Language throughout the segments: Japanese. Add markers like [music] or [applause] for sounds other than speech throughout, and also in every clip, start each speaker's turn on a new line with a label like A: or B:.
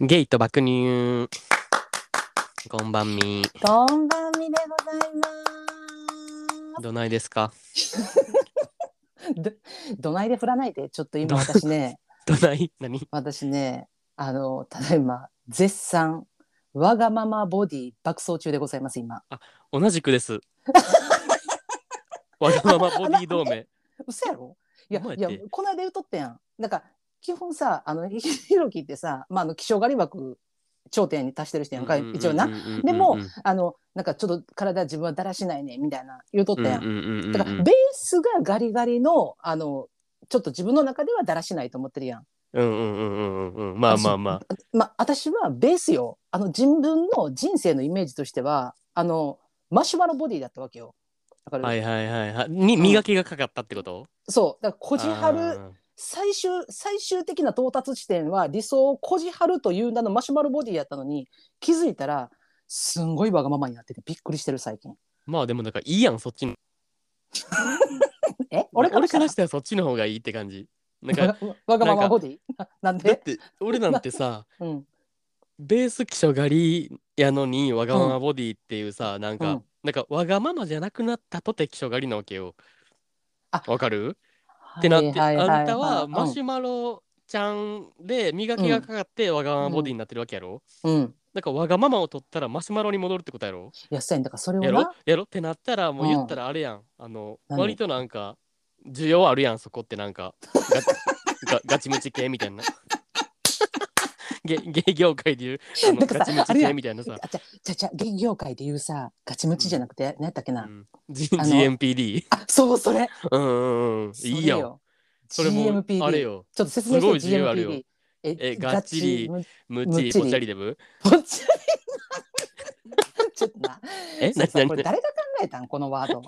A: ゲイと爆乳。こんばんみ。
B: こんばんみでございま
A: どないですか
B: す。ど、どないで振らないで、ちょっと今私ね、
A: どない何
B: 私ね、あの、ただいま、絶賛。わがままボディ爆走中でございます、今。
A: 同じく
B: [laughs]
A: です。わがままボディ同盟。
B: 嘘やろ。いや、
A: お前っ
B: い
A: て
B: や、この間言うとったやん。なんか、基本さ、あの、ひ [laughs] ひろきってさ、まあ、あの、気象狩り枠。頂点に達してる人やんか、一応な。でもあの、なんか、ちょっと体自分はだらしないねみたいな、言うとったやん。だ
A: だ
B: からベースがガリガリのあのちょっと自分の中ではだらしないと思ってるやん。
A: うんうんうんうんうんうん。まあまあまあ。
B: ま私はベースよあの自分の人生のイメージとしてはあのマシュマロボディだったわけよ。だから、
A: はいはいはいはい。に磨きがかかったってこと
B: そうだからこじは
A: あ
B: る
A: ー
B: 最終最終的な到達地点は理想をこじはるという名のマシュマロボディやったのに気づいたらすんごいわがままになっててびっくりしてる最近。
A: まあでもなんかいいやん、そっちの。
B: え俺からしたら
A: したらそっちの方がいいって感じ。なん
B: [laughs]
A: か、
B: わがま
A: なんか
B: まボディなん
A: だっ
B: で、
A: て俺なんてさ、
B: うん、
A: ベース基礎狩りやのにわがままボディっていうさ、なんか、
B: うん
A: なんかわがままじゃなくなったとて基礎狩りなわけよ
B: あ。
A: わかるってなって、
B: いいいい
A: あんたはマシ
B: ュ
A: ュマロちゃんで磨きがかかってわがままボディになってるわけやろ、
B: うんうん
A: なんかわがままを取ったらマシュマロに戻るってことやろ
B: いやそうやんだからそれ
A: や
B: を
A: ろ
B: な
A: やろってなったらもう
B: うん
A: 言ったらあれやん、あの
B: 何
A: 割となんか需要あるやんそこってなんかガガガチムチ系みたいなゲゲイ業界でいうあの
B: なんかさ
A: ガチムチ
B: あれや
A: 系
B: ん
A: みたいなさ、
B: あじゃじゃじゃ芸業界でいうさガチムチじゃなくて、何やったっけな、
A: うん、G-
B: あの
A: GMPD
B: あそうそれ
A: うんうんうんいいやんそれも
B: GMPD
A: あれよ
B: ちょっと説明
A: すごい
B: し
A: 自
B: て
A: 由あるよ
B: GMPD え
A: えがっちり
B: ム
A: ム
B: むっ
A: チ
B: ちり
A: ポチャリデブ
B: ぽっちゃりなちょっとな
A: えな
B: そうさ
A: にな
B: これ
A: に
B: 誰が考えたんこのワード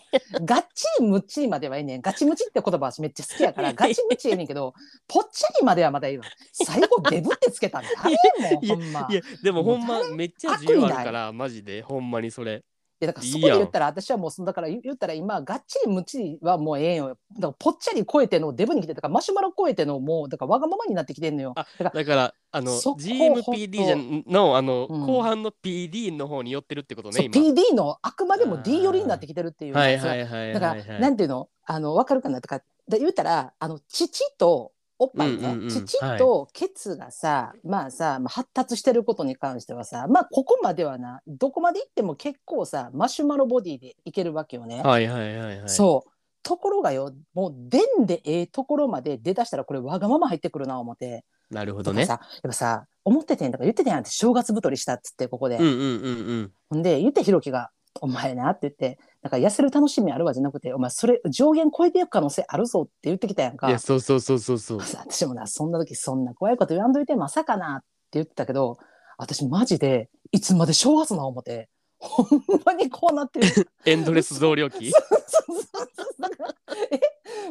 B: ガッチリムッチリまではいいねんガチムチって言葉はめっちゃ好きや
A: [laughs]
B: からガチムチええねんけどぽっちゃりまではまだいいわ最後デブってつけたん誰やもん
A: [laughs] いや
B: ほんま
A: いやでもほんまめっちゃ需要あるからマジでほんまにそれ
B: いやだから
A: いい
B: そこで
A: やん
B: 言ったら私はもうそのだから言ったら今がっちりむっちりはもうええよだからぽっちゃり超えてのデブに来てだからマシュマロ超えてのもうだからわがままになってきてんのよ
A: あ
B: だから
A: だからあの
B: そこ
A: GMPD じゃんのあの、
B: うん
A: 後半の PD の方に寄ってるってこと
B: そう
A: ね今
B: PD のあくまで
A: あ
B: も
A: ー
B: D 寄りになってきてるっていう
A: はいはいはい
B: だ
A: は
B: か
A: い
B: ら
A: は
B: ないんていうのあのわかるかなとかで言ったらあの父とおっぱいね、
A: うんうんうん
B: 父とケツがさ、まあさまあ発達してることに関してはさまあここまではなどこまでいっても結構さマシュマロボディでいけるわけよね。
A: はいはいはいはい
B: そうところがよもう出んでええところまで出だしたらこれわがまま入ってくるな思って
A: なるほ
B: だ
A: ど
B: から
A: ね
B: さやっぱさ思っててんだから言っててんやんって正月太りしたっつってここで、
A: うんうんうんうん
B: ほんで言ってひろきが「お前な」って言って「なんか痩せる楽しみあるわ」じゃなくて「お前それ上限超えていく可能性あるぞ」って言ってきたやんか
A: いやそうそうそうそうそう
B: さ私もなそんな時そんな怖いこと言わんといてまさかなって言ってたけど私マジでいつまで正月な思ってほんまにこうなってる [laughs]
A: エンドレス増量期
B: そうそうそうだからえ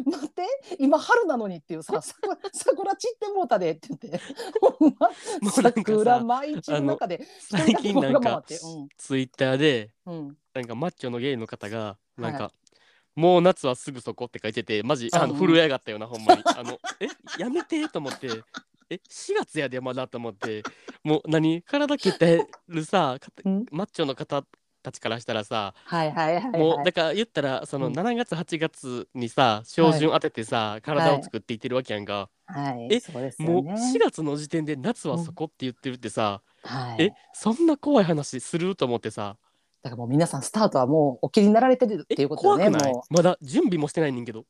B: 待って今春なのにっていうさ桜桜散ってもうたでって言ってほんま
A: もうなんかさ
B: 桜舞い散る中で
A: 最近なん
B: 人が回
A: か
B: って
A: ツイッターで
B: うんうん
A: なんかマッチョのゲイの方がなんか、
B: は
A: もう夏はすぐそこって書いててマジあの
B: うん
A: 震え上がったよな、ほんまにあの [laughs] えやめてと思ってえ4月やでまだと思ってもう何体鍛えるさかた
B: うん
A: マッチョの方たちからしたらさ、
B: はいはいはいはい
A: もうだから言ったらその
B: うん
A: 7月8月にさ照準当ててさ、体を作っていってるわけやんが、
B: はい
A: え
B: そうです
A: も
B: よ
A: う
B: ね
A: 4月の時点で夏はそこって言ってるってさ、
B: はい
A: えそんな怖い話すると思ってさ
B: だからもう皆さんスタートはもうお切りになられてるってい
A: え
B: うこと
A: 怖
B: だね
A: くない
B: も
A: まだ準備もしてないねんけど
B: う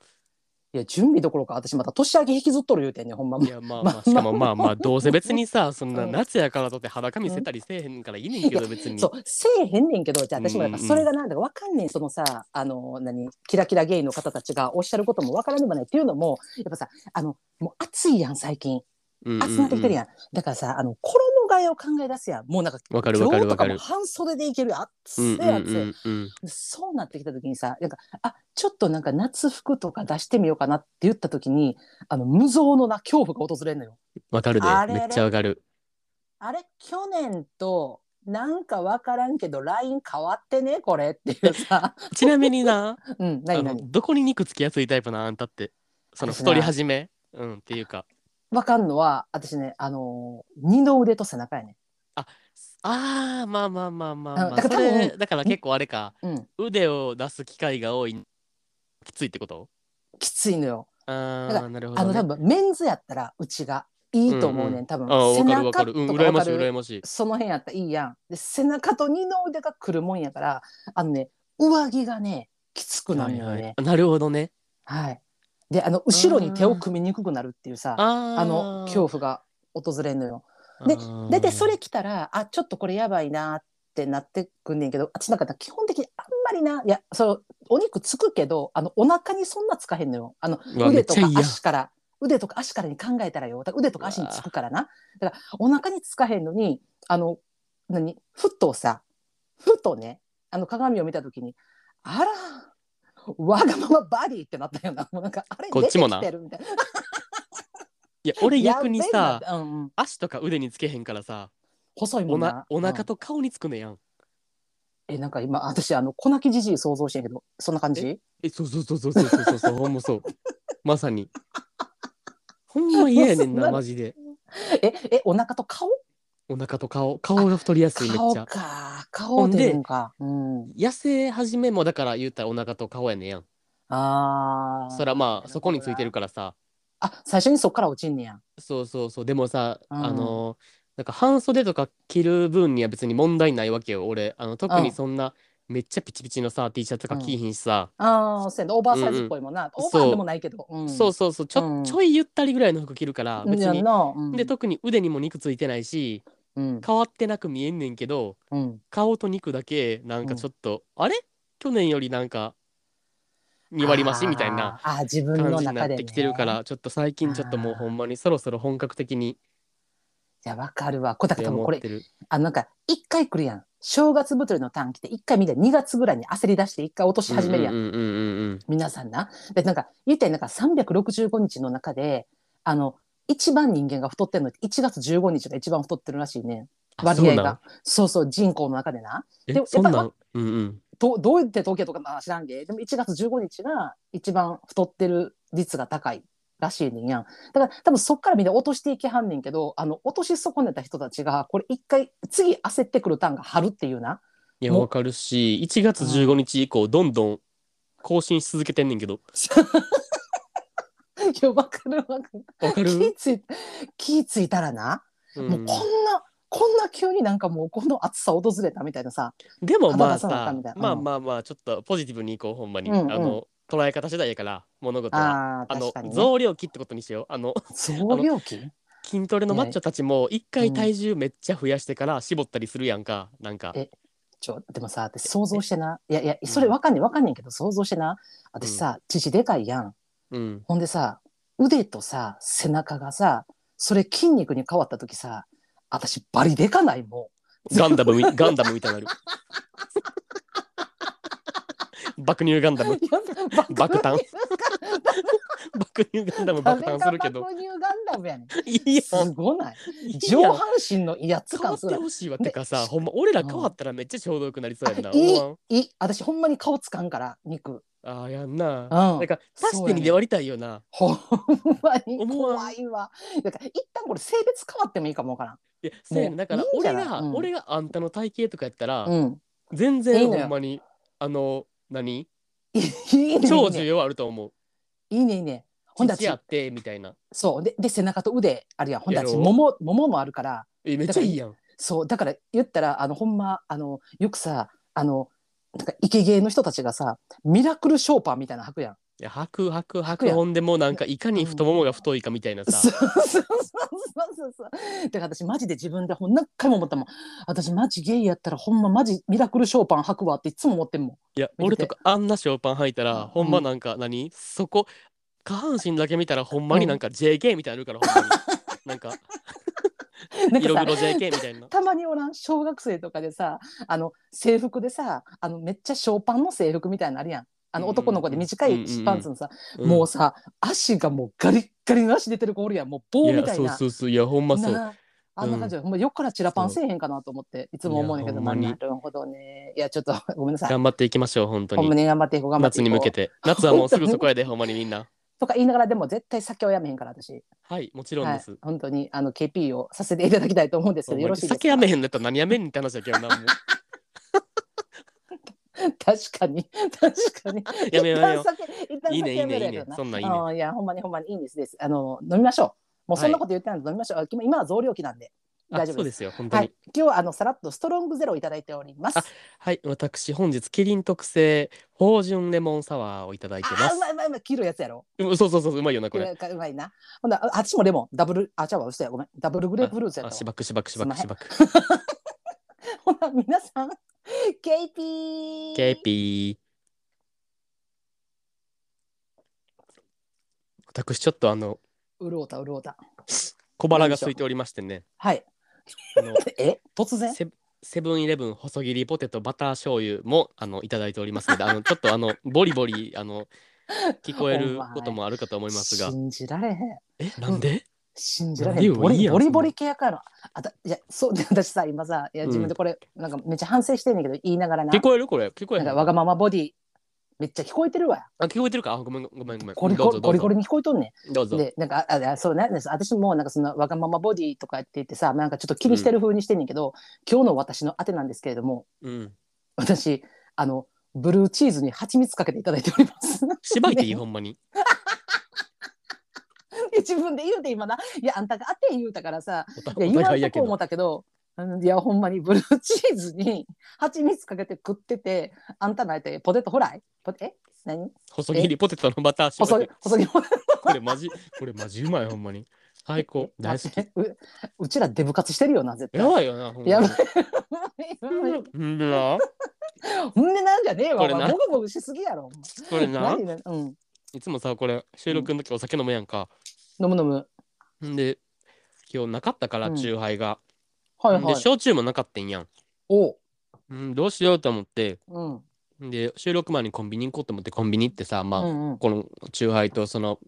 B: いや準備どころか私また年明け引きずっとる言うてんねんほんまもう
A: いやまあまあしかもまあまあどうせ別に
B: [laughs]
A: さそんな
B: うん
A: 夏やからとって裸見せたりせえへんからいいねんけど別に
B: そうせえへんねんけどじゃあ私もやっぱそれがなんだかわかんねんそのさあの何キラキラゲイの方たちがおっしゃることもわからねばないっていうのもやっぱさあのもう暑いやん最近
A: うんうんうん
B: 暑なってきてるやん,、だからさあの衣替えを考え出すやんもうなんか
A: わかるわ
B: 今
A: か
B: 日
A: る
B: と
A: わ
B: か
A: か
B: も
A: る
B: 半袖でいける
A: う
B: 暑
A: んう
B: い
A: んう
B: 暑い、
A: んうん
B: そうなってきた時にさなんかあちょっとなんか夏服とか出してみようかなって言った時にあの無造のな恐怖が訪れるのよ。
A: わかるで
B: あれれ
A: めっちゃわかる
B: あれ去年となんかわからんけど LINE 変わってねこれっていうさ、
A: ちなみにな
B: [laughs] うん、
A: あの
B: 何何
A: どこに肉つきやすいタイプなあんたってその
B: 私な
A: 太り始めうんっていうか
B: わかんのは、私ね、あのー二の腕と背中やね。
A: ああ、まあまあまあまあ、
B: あ
A: まあ。
B: だから
A: それ
B: 多
A: だから結構あれか、
B: うん。
A: 腕を出す機会が多い。きついってこと
B: きついのよ。だか
A: ああ、なるほ
B: あ
A: ど、
B: の、
A: ね。
B: 多分、メンズやったら、うちがいいと思う
A: うん
B: ねん。多分、
A: ああ、わ
B: 背
A: かるわ
B: 中
A: か
B: と
A: る。
B: か
A: うん、
B: わ
A: 羨ま
B: か
A: しい、羨
B: る。
A: ましい。
B: その辺やったらいいやん。で、背中と二の腕がくるもんやから、あのね、上着がね、きつくなるのよ
A: はいはい
B: ね。
A: あなるほどね。
B: はい。で、あの、後ろに手を組みにくくなるっていうさ、
A: あ
B: あの恐怖が訪れるのよ。で大体それ来たらあちょっとこれやばいなってなってくんねんけど私なんか基本的にあんまりないやそうお肉つくけどあのお腹にそんなつかへんのよあの
A: わめっ
B: 腕と
A: ちゃ
B: か
A: いいやん
B: 足から腕とか足からに考えたらよだから腕とか足につくからなだからお腹につかへんのにあの何ふっとさふとねあの鏡を見た時にあらわがままバディってなったよな [laughs] もうなんかあれ
A: こっちもな
B: 出てきてるみたいない
A: や俺逆に
B: やっ
A: さ
B: べえなうんうん、
A: 足とか腕につけへんからさ
B: 細いも
A: お
B: んな
A: なお腹
B: と、
A: と顔につくねやん。
B: うんえなんか今私あの粉木じじい想像してんけどそんな感じ
A: えそうそうそうそうそうそうそうそうほんまそう。まさに。ほんま嫌やねんな
B: ま
A: マジで。
B: ええお腹と顔
A: お腹と顔顔が太りやすいめっ
B: 顔
A: ちゃ。
B: か顔出るんかうん
A: 痩せ始めもだから言ったらお腹と顔やねんやん。
B: あー
A: そらまあそこについてるからさ。
B: あ最初にそっから落ちんねや
A: そうそうそうでもさ、
B: うん
A: あのなんか半袖とか着る分には別に問題ないわけよ俺あの特にそんな、めっちゃピチピチのさ T シャツとか着いひんしさ、
B: あーそうやなオーバーサイズっぽいもんな、
A: うん
B: オーバーでもないけど、うん、
A: そうそうそうちょ,、
B: うん
A: ちょいゆったりぐらいの服着るから別
B: じゃあ
A: に、
B: なうん
A: で特に腕にも肉ついてないし
B: うん
A: 変わってなく見えんねんけど
B: うん
A: 顔と肉だけなんかちょっと、あれ去年よりなんか2割増しみたいな
B: あーあー自分
A: 感
B: の
A: じにな
B: 中
A: っ
B: で、
A: て
B: ね、
A: きてるから、ちょっと最近ちょっともうほんまにそろそろ本格的に
B: いやわかるわこれだ
A: っ
B: か
A: て
B: ら多分
A: 思
B: こ
A: っ
B: れ
A: てる
B: あのなんか一回来るやん正月太りの短期って一回みんな2月ぐらいに焦り出して一回落とし始めるやん
A: うんうんうんうんうん
B: 皆さんな。で、なんか、言ったらなんか365日の中で、あの、一番人間が太ってるのって1月15日が一番太ってるらしいね。
A: あ
B: 割
A: そう
B: 合
A: なん
B: が。そうそう人口の中でな。
A: え
B: でも
A: そんな
B: やっ
A: んうんうん
B: どうどうやって統計とかまあ知らんげ。でも1月15日が一番太ってる率が高いらしいねんやん。だから多分そっからみんな落としていきはんねんけど、あの、落とし損ねた人たちが、これ一回、次焦ってくるターンが春っていうな。 [laughs]
A: いや
B: もう
A: わかるし1月15日以降どんどん更新し続けてんねんけど
B: いや、わかるわかる。
A: わか
B: 気
A: る、
B: ぃつい、気ぃついたらな。
A: うん
B: もうこんな、こんな急になんかもうこの暑さ訪れたみたいなさ、
A: でもまあ
B: 肌が寒かっ
A: さ
B: たみたいな
A: まあ
B: うん
A: まあまあちょっとポジティブにいこうほんまに、
B: うんうん
A: あの捉え方次第やから物事は
B: ああ
A: あ
B: ー、
A: の
B: 確かに、ね。
A: 増量期ってことにしようあの
B: 増量期
A: 筋トレのマッチョたちも一
B: う
A: 回
B: ん
A: 体重めっちゃ増やしてから絞ったりするやんかなんか
B: えちょ、でもさ、私想像してな。いやいや、それわかんねえわかんねえけど、想像してな。私さ、父でかいやん。
A: うん
B: ほんでさ、腕とさ、背中がさ、それ筋肉に変わった時さ、私バリでかないもう。
A: ガンダムみ
B: [laughs]
A: ガンダムみたいになる爆乳ガンダ
B: [laughs]
A: ム
B: いや
A: 爆誕爆乳ガンダム爆誕するけど
B: 誰が爆乳ガンダムやねん。
A: いいや
B: す
A: ん
B: ごない。
A: いい
B: 上
A: やん
B: 半身の威圧
A: 変わ
B: 感
A: って
B: すごない。
A: ほしいわ
B: で
A: てかさほんま俺ら
B: うん
A: 変わったらめっちゃちょうどよくなりそうやんな、
B: あいい
A: 思わん
B: いい私ほんまに顔つかんから肉
A: あーやんな、
B: うん
A: なんか足してにで割りたいよな、
B: ほんまに
A: 思わん
B: 怖いわだから一旦これ性別変わってもいいかもわから
A: いやそうやねんだから
B: いいんじ
A: 俺
B: ゃない
A: が、
B: うん
A: 俺があんたの体型とかやったら、
B: んうん
A: 全
B: いい
A: 然
B: の
A: ほ
B: よ
A: んまにあの何
B: いいね
A: 超重要あると思う
B: いいねいいねほんだ
A: 父
B: ち
A: やってみたいな
B: そうでで背中と腕あるやんほんだ
A: や
B: ち
A: ろ
B: もももももあるから
A: えめっちゃいいやん
B: そうだから言ったらあのほんまあのよくさあのなんかイケゲーの人たちがさミラクルショーパーみたいなの履くやん
A: いや吐く吐く吐
B: く
A: く
B: やん
A: ほんでもうなんかいかに太ももが太いかみたいなさ、
B: そうそうそうそうそうだから私マジで自分でほん何回も思ったもん私マジゲイやったらほんまマジミラクルショーパン履くわっていつも思ってんもん
A: いや
B: 見て
A: 俺とかあんなショーパン履いたら、
B: うん
A: ほんまなんか何そこ下半身だけ見たらほんまになんか JK みたいになるから、ほんまになん
B: [laughs]
A: か
B: なんか
A: 色
B: さ
A: 黒 JK みたいな
B: たまにおらん小学生とかでさあの制服でさあのめっちゃショーパンの制服みたいなのあるやんあの
A: うんうんうん
B: 男の子で短いパンツのさ、
A: うん
B: もうさ足がもうガリッガリの足出てる子おるやんもう棒みたい
A: やそ
B: な
A: うそうそういやほんまそう
B: なああんな感じで、ほんまよっからチラパンせえへんかなと思っていつも思うねんだけど
A: いやほんまに
B: まあなるほどねいやちょっと [laughs] ごめんなさい
A: 頑張っていきましょう本当
B: ほんま
A: に
B: に頑張っていこう頑張って
A: 夏
B: いこう
A: に向けて夏はもうすぐそこやでほんまにみんな
B: とか言いながらでも絶対酒をやめへんから私、
A: はい、もちろん
B: は
A: で
B: い
A: す。、
B: 本当にあの KP をさせていただきたいと思うんですけどよろしいです
A: 酒
B: か
A: やめへんのやったら何やめんねんって話だけどな。もう
B: [laughs] 確かに [laughs] 確かに
A: [laughs] やめようやめよう
B: 一旦酒一旦
A: いいね
B: 酒
A: いい
B: やめる
A: ねいい
B: やけ
A: ね
B: ど。な
A: そんなんいいね。
B: あーいやほんまにほんまにいいんですですあの飲みましょうもうそんなこと言ってないので飲みましょう、あ今今は増量期なんで
A: あ
B: 大丈
A: そ
B: 夫
A: う
B: で
A: ですすよ、本当
B: は
A: に
B: い。、今日はあのさらっとストロングゼロをいただいております
A: あはい、私、本日、キリン特製、芳醇レモンサワーをいただいてま
B: あー
A: す
B: う。まいうまいうまい黄色いやつやろ
A: うんそうそうそう、うまいよな、これ。
B: うまいなほんなああっちもレモンダブルあちゃうわ嘘やごめんダブルグレープフルーツや
A: あ、
B: と
A: しばくしばくしばくしばく。
B: ほな皆さん KP
A: ケーピー。私、ちょっとあの、
B: うろうたうろうた
A: 小腹が空いておりましてね。
B: はい
A: あの
B: え突然
A: セセブンイレブン細切りポテトバター醤油もあのいただいております
B: [laughs]
A: ので、あのちょっとあのボリボリあの聞こえ
B: [laughs]
A: ることもあるかと思いますが、
B: 信じられへん
A: えなんで？
B: 信じられ
A: なん
B: へ
A: で
B: ん
A: よ
B: ボリ
A: いいやん
B: ボリ
A: そんな
B: ボリ契約やろあたいやそうで私さ今さいや自分でこれ、なんかめっちゃ反省してんねんけど言いながらな
A: 聞こえるこれ？聞こえ
B: なん
A: る？
B: かわ
A: あ
B: がままボディめっちゃ聞こえてるわ
A: 聞こえてるか？あごめんごめんごめん。
B: ゴリ
A: どう
B: ゴ
A: ぞど
B: リゴ
A: う
B: リ
A: ぞ
B: ゴリに聞こえとんね
A: どうんぞ。
B: でなんかああそうなんです私もなんかそのわがままボディとかって言ってさなんかちょっと気にしてる風にしてんねんけど、今日の私のあてなんですけれども
A: うん。
B: 私あのブルーチーズに蜂蜜かけていただいており
A: [laughs]
B: ます。
A: しばい
B: [laughs]
A: ていい
B: ね
A: ほんまに。
B: 自分で言うて今ないやあんたがあって言うたからさ
A: おたお
B: いや言わ
A: 互い
B: んと
A: やけ
B: こ思
A: ど
B: っ。たけどうんいやほんまにブルーチーズに蜂蜜かけて食っててあんたのやてポテトフライポテえ何
A: 細切りポテトのバター醤
B: 細
A: 油
B: い。細い
A: これマジこれマジうまいほんまに。最高大好き。
B: きううちらデブ活してるよな絶対
A: やばいよなほんまに。
B: やばい [laughs]
A: うんな。
B: ほんでなんじゃねえわ
A: こ
B: お
A: れな
B: 前ボクボクしすぎやろお前
A: これな
B: 何。うん飲
A: いつもさこれ収録の時お酒飲むやんか。
B: む飲む
A: んで今日なかったから
B: うん
A: チューハイが、
B: はい
A: で
B: はい
A: 焼酎もなかったんやん、
B: おう
A: うん、どうしようと思って
B: うん
A: で収録前にコンビニ行こうと思ってコンビニ行ってさまあ、
B: うんうん
A: このチューハイとその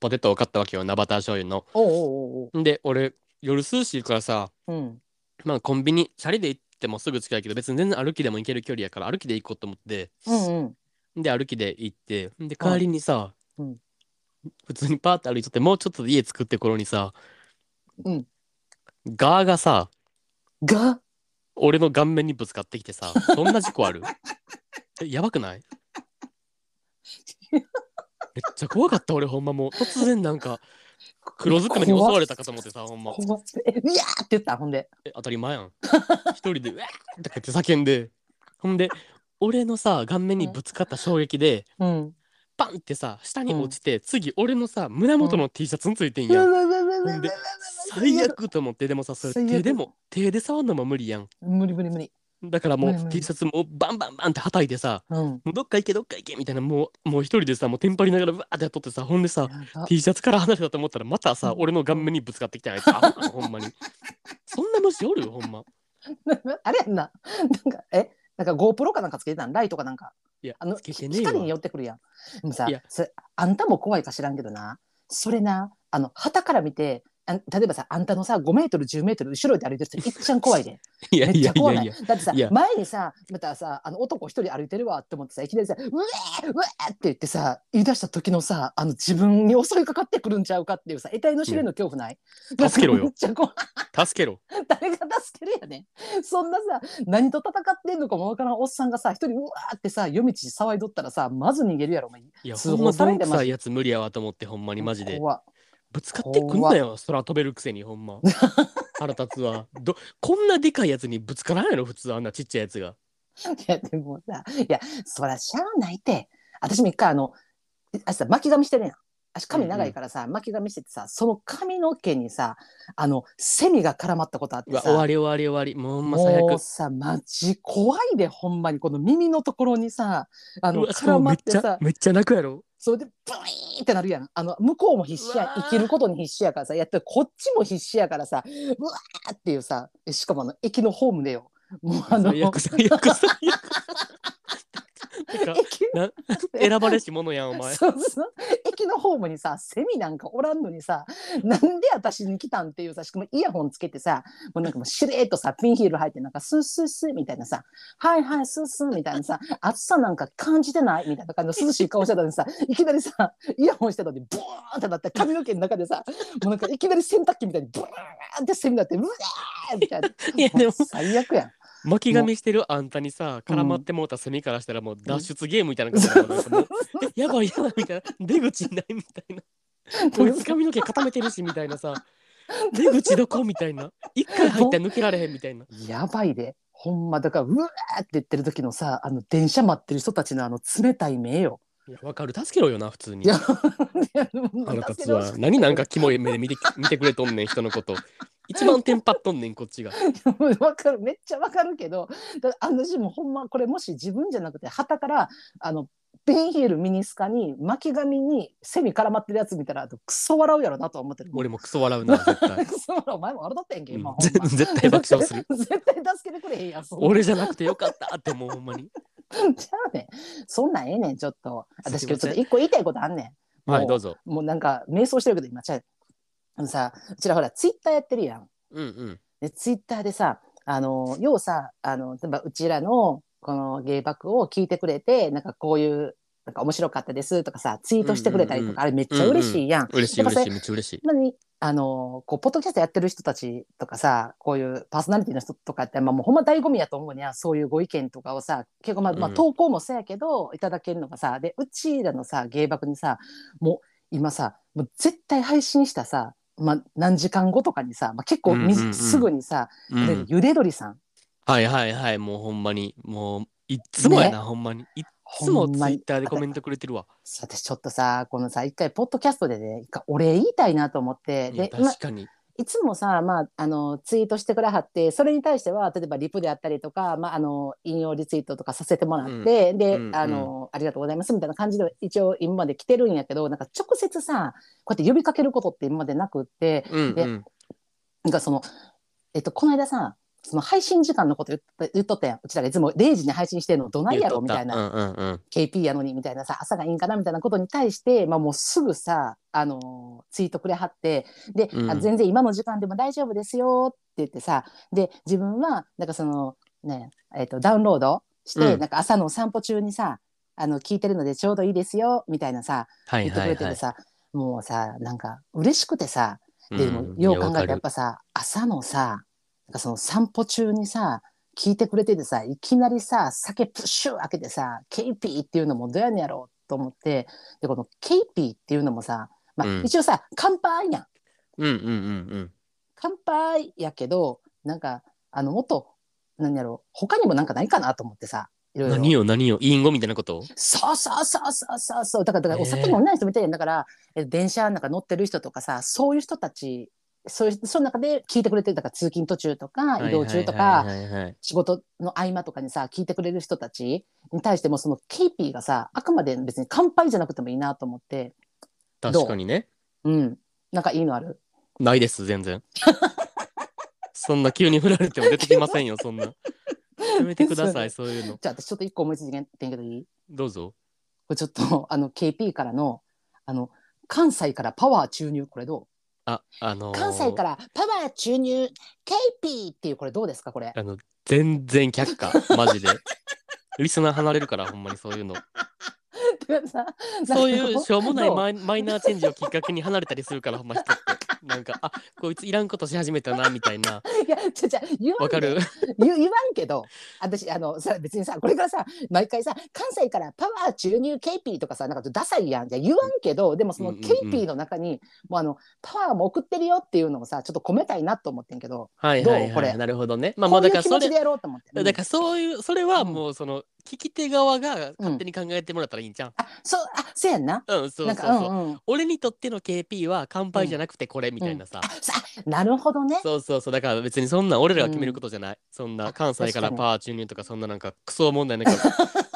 A: ポテトを買ったわけよなバター醤油の
B: おうおうおうお
A: んで俺夜涼しいからさ
B: ううん
A: まあコンビニチャリで行ってもすぐ近いけど別に全然歩きでも行ける距離やから歩きで行こうと思って
B: うんうん
A: で歩きで行ってで帰りにさ、
B: うん
A: 普通にパーって歩いとってもうちょっとで家作って頃にさ、
B: うん
A: ガーがさ
B: が
A: 俺の顔面にぶつかってきてさそんな事
B: [laughs]
A: 故あるえやばくないめっちゃ怖かった俺ほんまもう突然なんか黒ずくめに襲われたかと思ってさほんま
B: 怖っえいやーって言ったほんで
A: え当たり前やん一人で「うわー!」とか言って叫んでほんで俺のさ顔面にぶつかった衝撃で
B: うん
A: パンってさ下に落ちて、次俺のさ胸元の T シャツについてんや、ん、ほんで最悪と思ってでもさそれ
B: 最悪
A: 手でも手で触んのも無理やん
B: 無理無理無理
A: だからも
B: 無理
A: う
B: 無理
A: T シャツもバンバンバンってはたいてさ
B: うん
A: もうどっか行けどっか行けみたいなもうもう一人でさもうテンパりながらわーってやっとってさほんでさ T シャツから離れたと思ったらまたさ
B: うん
A: 俺の顔面にぶつかってきたや
B: [laughs]
A: つアホなのほんまにそんな虫おるほんま
B: [laughs] あれやんななんかえなんか GoPro かなんかつけてたんライトかなんか
A: いや
B: あの
A: つけてねえ
B: 光に寄
A: わ
B: ってくるやん。でもさ
A: いや
B: それあんたも怖いか知らんけどなそれなあの旗から見てあん例えばさあんたのさ5メートル10メートル後ろで歩いてる人いっちゃん怖いで
A: いや
B: めっ
A: い
B: ち
A: や
B: ゃ
A: い
B: 怖
A: や
B: ない
A: いや
B: だってさ
A: いや
B: 前にさまたさあの男一人歩いてるわって思ってさいきなりさ「うえーうえー!」って言ってさ言い出した時のさあの自分に襲いかかってくるんちゃうかっていうさ得体の知れの恐怖ない
A: 助けろよ
B: めっちゃ怖い
A: 助けろ
B: 誰が助けるやねんそんなさ何と戦ってんのかもわからんおっさんがさ一人うわーってさ夜道騒いどったらさまず逃げるやろお前
A: いや
B: 通
A: ほん
B: 報
A: ま
B: さ
A: ど
B: れ
A: ん
B: て
A: く
B: ます
A: さいやつ無理やわと思ってほんまにマジで
B: 怖っ
A: ぶつかってくんなよ空飛べるくせにほん
B: [laughs]
A: ま腹立つわどこんなでかいやつにぶつからんやろ普通あんなちっちゃいやつが
B: いやでもさいやそらしゃあないって私も一回あのあさ巻き髪してるやん私髪長いからさ、巻き髪しててさその髪の毛にさあのセミが絡まったことあっ
A: う
B: て
A: わ
B: さ
A: 終わり終わり終わりもうほんま最
B: もう
A: 悪
B: さマジ怖いでほんまにこの耳のところにさあ
A: う
B: の
A: わしか
B: 絡
A: も
B: ま
A: めっ
B: って
A: ちゃ
B: さ
A: めっちゃ泣くやろ
B: それでブイーンってなるやんあの向こうも必死
A: う
B: や
A: わー
B: 生きることに必死やからさやってこっちも必死やからさうわーっていうさえしかもあの駅のホームでよもうあの
A: [laughs] 最悪最悪最悪てか
B: 駅 [laughs]
A: な選ばれし者やんお前
B: そうそう駅のホーームにさセミなんかおらんのにさなんで私に来たんっていうさしかもイヤホンつけてさもうなんかもうしれっとさピンヒール履いてなんかスースースーみたいなさ「はいはいスースー」みたいなさ暑さなんか感じてないみたいな感じの涼しい顔してたのにさいきなりさイヤホンしてたのにブーンってなって髪の毛の中でさもうなんかいきなり洗濯機みたいにブーンってセミだって「うわー!」みたいな。
A: いやで
B: も
A: も
B: う最悪やん。
A: 巻き髪してるあんたにさ絡まってもうたセミからしたらもう脱出ゲームみたいな感じだもんなんかもうえやばいやばいみたいな出口ないみた
B: [laughs]
A: いなこいつ髪の毛固めてるしみたいなさ出口どこみたいな一回入ったら抜けられへんみたいな
B: やばいで。ほんまだからうわーって言ってる時のさあの電車待ってる人たちのあの冷たい目よ。
A: いやわかる助けろよな普通に
B: いや [laughs]
A: あ
B: 腹
A: のたちは何なんかキモい目で見て見てくれとんねん人のこと一番テンパっとんねんこっちが
B: [laughs] わかるめっちゃわかるけどだあの私もほんまこれもし自分じゃなくて旗からあのピンヒールミニスカに巻き髪にセミ絡まってるやつ見たらクソ笑うやろなとは思ってる。
A: 俺もクソ笑うな絶
B: [laughs]
A: 対、
B: クソ笑うお前も笑うとったやんけ
A: うん
B: 今、ほん
A: ぜ
B: ま
A: 絶対爆笑する
B: [laughs] 絶対助けてくれへんやんそんな
A: 俺じゃなくてよかったってもうほんま
B: [laughs]
A: に
B: ちゃうねんそんなんええねんちょっと
A: す
B: 私
A: いま
B: 今日ち
A: せ
B: ょ
A: ん
B: っと一個言いたいことあんねん。
A: はいどうぞ
B: もうなんか迷走してるけど今ちゃうあのさうちらほらツイッターやってるやん
A: うんうん
B: でツイッターでさあの要さあの例えばうちらのこの芸爆を聞いてくれてなんかこういうなんか面白かったですとかさツイートしてくれたりと
A: うんうん
B: か、
A: うん
B: あれめっちゃ嬉しいやん。
A: 嬉しい嬉しいめっちゃ嬉しい
B: なのにあのこうポッドキャストやってる人たちとかさこういうパーソナリティの人とかって、まあ、もうほんま醍醐味やと思うにゃそういうご意見とかをさ結構まあ、まあ、
A: うん
B: 投稿もそうやけどいただけるのがさでうちらのさ芸爆にさもう今さもう絶対配信したさ、まあ、何時間後とかにさ、まあ、結構み、
A: うんうんうん
B: すぐにさ、
A: うん
B: でゆでどりさん
A: はいはいはい、もうほんまに、もういっつもやな、ほんまに。いっつ
B: ほ
A: も
B: ん
A: ツイ
B: まに
A: ッターでコメントくれてるわ。
B: そう私ちょっとさこのさ一回ポッドキャストでね一回お礼言いたいなと思って
A: いや
B: で今
A: 確かに。
B: いつもさ、まあ、あのツイートしてくれはってそれに対しては例えばリプであったりとか、まあ、あの引用リツイートとかさせてもらって、で、
A: うん
B: あのありがとうございますみたいな感じで一応今まで来てるんやけどなんか直接さこうやって呼びかけることって今までなくって
A: うん
B: で
A: うん。
B: なんかその、えっと、この間さその配信時間のこと言っ言っとったやんうちらがいつも0時に配信してんのどないやろみたいな、
A: うんうんうん。
B: KP やのにみたいなさ朝がいいんかなみたいなことに対して、まあ、もうすぐさ、あのーツイートくれはってで、
A: うん
B: あ全然今の時間でも大丈夫ですよって言ってさで自分はなんかそのねえっとダウンロードして、
A: うん
B: なんか朝のお散歩中にさあの聞いてるのでちょうどいいですよみたいなさ
A: はい
B: 言って
A: は
B: く
A: い
B: れて
A: は
B: て
A: い。
B: さ、もうさなんか嬉しくてさ
A: うん
B: でもよう考えたらやっ。
A: いやわかる
B: ぱさ朝のさなんかその散歩中にさ聞いてくれててさいきなりさ酒プッシュ開けてさ「ケイピー」っていうのもどうやねんやろうと思ってでこの「ケイピー」っていうのもさ、まあ
A: うん
B: 一応さ「乾杯」やん
A: うんうんうん
B: 「乾杯」やけどなんかあのもっと何やろう他にもなんかないかなと思ってさい
A: う
B: ろい
A: ん。
B: ろ
A: 何よ何よ、インゴみたいなこと
B: そうそうそうそうそうそうだからだからお酒
A: ねえ
B: 飲んない人みたいやんだから、え電車なんか乗ってる人とかさそういう人たちそういうその中で聞いてくれてるだから通勤途中とか移動中と
A: は
B: か、
A: いはいはいはい
B: 仕事の合間とかにさ聞いてくれる人たちに対してもそのケイピーがさあくまで別に乾杯じゃなくてもいいなと思って
A: 確かにね。
B: うんなんかいいのある
A: ないです、全
B: [laughs]
A: 然。そんな急に振られても出てきませんよ、そんな。やめてく
B: [laughs]
A: ださい、そういうの。
B: じゃあ私ちょっと一個思いついてんけどいい
A: どうぞ。
B: これちょっと [laughs] あの KP からのあの関西からパワー注入これどう
A: あ、あのー
B: 関西からパワー注入 KP っていうこれどうですかこれ
A: あの、全然却下、マジ
B: [laughs]
A: で。リスナー離れるから、ほんまにそういうの。そういうしょうもないマイマイナーチェンジをきっかけに離れたりするから、ほんま人って。なんか、あこいついらんことし始めたな、みたいな。
B: いやちゃちゃ言わ
A: わ
B: んで
A: かる
B: 言言わんけど私あのさ別にさこれからさ毎回さ関西からパワー注入 KP とかさなんかちょっとダサいやんじゃ言わんけどでもその
A: うんうんうん
B: KP の中に、もうあのパワーも送ってるよっていうのをさちょっと込めたいなと思ってんけど、
A: はいはい
B: どうこ
A: は
B: れ
A: い。なるほどね。ま
B: ま
A: あもうだから
B: こうい
A: そ
B: う気
A: れ
B: 持ちで、やろうと思って、うん
A: だからそういう、それはもうその、聞き手側が勝手に考えてもらったらいいんじゃん。
B: あそうあそうやんな
A: うん、そうそ
B: な
A: うんそ
B: か
A: う。
B: うんうん
A: 俺にとっての KP は乾杯じゃなくてこれみたいなさ、
B: あさなるほどね
A: そうそうそうだから別にそんな俺らが決めることじゃない、そんな関西から
B: 確かに
A: パワー注入とかそんななんかクソ問
B: [laughs]
A: 題なんか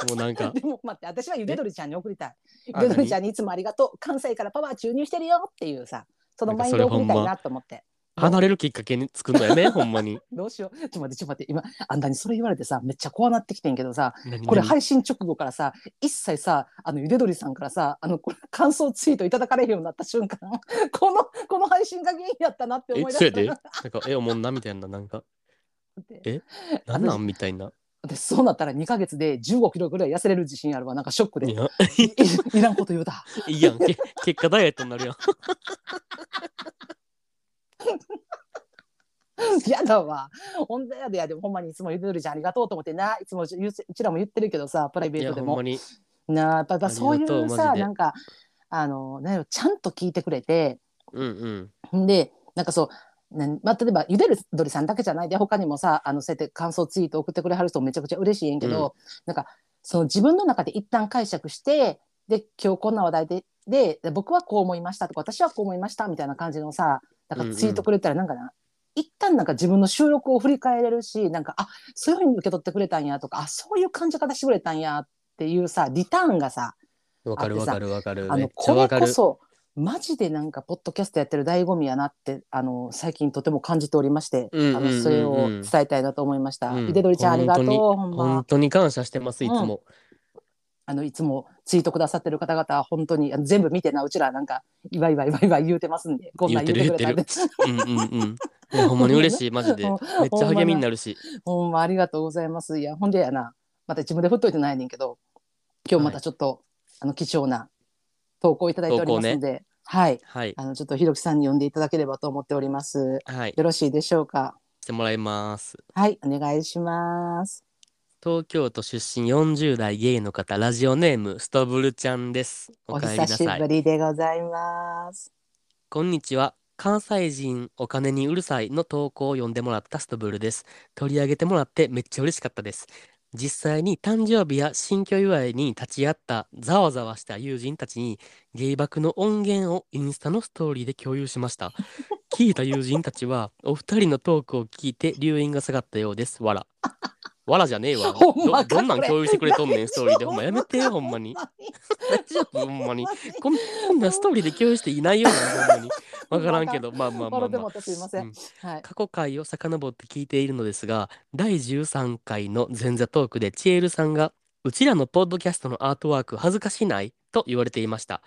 A: もうなんか
B: でも待って私はゆでどりちゃんに送りたい
A: あ
B: ゆでどりちゃんにいつもありがとう関西からパワー注入してるよっていうさそのマインドを送りたいなと思って
A: 離れるきっかけに作るのやめ、ほんまに。
B: [laughs] どうしよう。ちょっと待って、ちょっと待って。今、あんたにそれ言われてさ、めっちゃ怖なってきてんけどさ、
A: 何
B: これ
A: 何
B: 配信直後からさ、一切さ、あの、ゆでどりさんからさ、あの、これ感想ツイートいただかれへんようになった瞬間、 [laughs] この、この配信が原因やったなって
A: え
B: 思い、出
A: そや
B: し
A: で、
B: た
A: な
B: なん
A: か、え、おもんなみたいな、なんか、
B: って。
A: えなんなんみたいな。
B: [laughs] 私そうなったら2ヶ月で15キロぐらい痩せれる自信あるわ。なんかショックで。
A: い
B: い
A: や、 [laughs]
B: いらんこと言うた。 [laughs]
A: いいやん、け結果ダイエットになるやん。
B: やだわ。ほんとやでやで、ほんまにいつもゆでどりちゃんありがとうと思ってな、いつもゆううちらも言ってるけどさ、プライベ
A: い
B: ー
A: や、
B: トで
A: ほん
B: も
A: ま。に。
B: なあ、やっぱやっぱそうい
A: ありがとう
B: う
A: マジ
B: さ、
A: で
B: なんか、あの、なんやろちゃんと聞いてくれて、
A: うんうん。
B: んで、なんかそう、なんまあ、例えばゆでるどりさんだけじゃないで他にもさあのそうやって感想ツイート送ってくれはる人めちゃくちゃ嬉しいんやけど、なんかその自分の中で一旦解釈してで今日こんな話題ででで僕はこう思いましたとか私はこう思いましたみたいな感じのさなんかツイートくれたらなんかな、一旦なんか自分の収録を振り返れるしなんかあそういうふうに受け取ってくれたんやとかあそういう感じ方してくれたんやっていうさリターンがさ、
A: わかるわかるわかる。
B: あ
A: め
B: の
A: っちゃ
B: こ
A: わ
B: れ
A: か
B: こ
A: る。
B: そマジでなんかポッドキャストやってる醍醐味やなってあの最近とても感じておりまして、
A: うんうんうんうん
B: あのそれを伝えたいなと思いました。
A: うん
B: ひでどりちゃんありがとう
A: 本
B: ほん
A: 本
B: ま
A: 当に感謝してます、いつも。
B: あのいつもツイートくださってる方々本当にあの全部見てなうちらなんかいわいわいわいわい言うてますんでこんなん言うてくれたんで
A: 言うんうんうん。いや、ほんまに嬉しい、マジ
B: [laughs]
A: で。めっちゃ励みになるし。
B: ほんまありがとうございます。いやほんでやなまた自分で振っといてないねんけど今日またちょっと、あの貴重な投稿いただいておりますんで、はい
A: はい。
B: あのちょっとひろきさんに呼んでいただければと思っております。
A: はい。
B: よろしいでしょうか。
A: してもらいます。
B: はい、お願いします。
A: 東京都出身40代ゲイの方、ラジオネームストブルちゃんです。
B: お
A: お帰り
B: 久
A: な
B: し
A: さ
B: ぶ
A: い。
B: りでございます。
A: こんにちは。関西人お金にうるさいの投稿を読んでもらったストブルです。取り上げてもらってめっちゃ嬉しかったです。実際に誕生日や新居祝いに立ち会ったざわざわした友人たちにゲイバクの音源をインスタのストーリーで共有しま
B: [laughs]
A: した。聞いた友人たちはお二人のトークを聞いて留飲が下がったようです。わら。わらじゃねえわ。
B: [laughs] ほんま
A: ど
B: か
A: どんなん
B: これ
A: 共有してくれとんねん、
B: 大
A: ストーリーで。
B: 丈夫
A: ほんまやめてよ、ほんま
B: [laughs]
A: に。 [laughs] 大丈夫、ほんまに。
B: 笑
A: こんこんなんストーリーで共有していないよな、 [laughs] ほんまに。わからんけど、まあまあまあ、
B: って
A: ま
B: も
A: あ。
B: ってすいませ
A: うんん。
B: はい。
A: 過去回を遡って聞いているのですが、第13回の前座トークでチエルさんが、うちらのポッドキャストのアートワーク恥ずかしないと言われていました。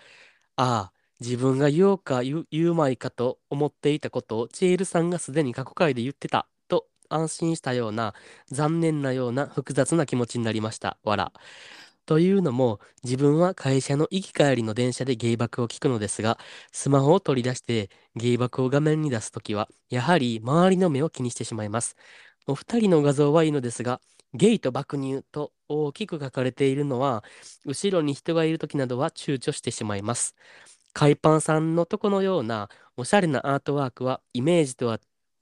A: ああ、自分が言おうか言う言うまいかと思っていたことをチエルさんがすでに過去回で言ってたと安心したような、残念なような複雑な気持ちになりました。わら。というのも、自分は会社の行き帰りの電車で芸爆を聞くのですが、スマホを取り出して芸爆を画面に出すときは、やはり周りの目を気にしてしまいます。お二人の画像はいいのですが、ゲイと爆乳と大きく書かれているのは、後ろに人がいるときなどは躊躇してしまいます。海パンさんのとこのようなおしゃれなアートワークはイメージとは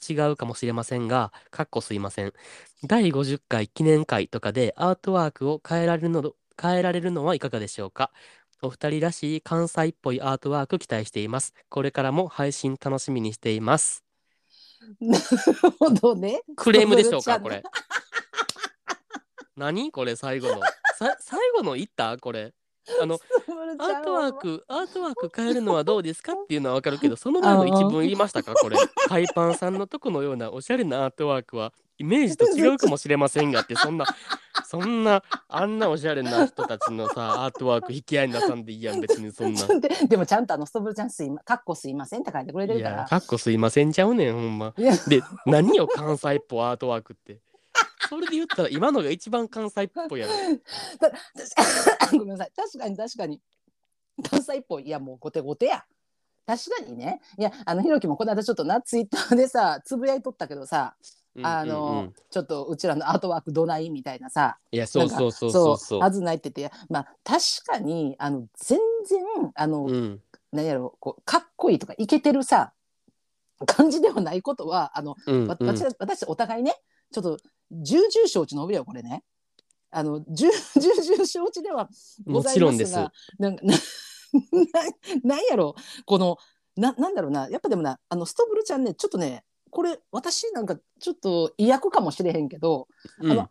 A: 違うかもしれませんが、かっこすいません。第50回記念会とかでアートワークを変えられるのど変えられるのはいかがでしょうかお二人らしい関西っぽいアートワーク期待しています。これからも配信楽しみにしてい [laughs] ます。
B: なるほどね。
A: クレームでしょうか、
B: ス
A: こ
B: トブル
A: れ。何これ、最後の。さ最後の言ったこれ。あの、ア
B: ちゃん
A: ートワー。ク、アートワーク変えるのはどうですかっていうのはわかるけ [laughs] ど、その前
B: あ
A: の
B: ー
A: 一文言いましたか、これ。海パンさんのとこのようなおしゃれなアートワークは、イメー [laughs] ジと違うかもしれませんがって、そんな、そんな、あんなおしゃれな人たちのさ、アートワーク引き合いに出さんでいいやん、別にそんな。
B: ちょっと待ってでもちゃんとあのストブルちゃんすいま、かっこすいませんって書いてくれて
A: い
B: るか
A: や
B: ら、。
A: かっこすいませんちゃうねん、ほんま。
B: いや、 [laughs]
A: で、何よ、関西っぽアートワークって。それで言ったら、今のが一番関西っぽいやろ。
B: たごめんなさい。確かに確かに。関西っぽい。いや、もう後手後手や。確かにね。いや、あの、ひろきもこの間ちょっとな、ツイッターでさ、つぶやいとったけどさ、
A: うん
B: あの、
A: うんうん
B: ちょっとうちらのアートワークどないみたいなさ
A: いや、そうそうそうそうそう。
B: あずないって言ってまあ確かにあの全然あの、
A: うん
B: 何やろうこうかっこいいとかイケてるさ感じではないことはあの、
A: うん
B: わ
A: うん
B: 私私お互いねちょっと重々承知の上よこれね。あの重 [laughs] 重々承知ではご
A: も
B: ざ
A: ち
B: い
A: ろ
B: ま
A: ん
B: す
A: です。
B: がなんかな [laughs] ななんやろうこのななんだろうなやっぱでもなあのストブルちゃんねちょっとねこれ私なんかちょっと違約かもしれへんけど
A: うん
B: あの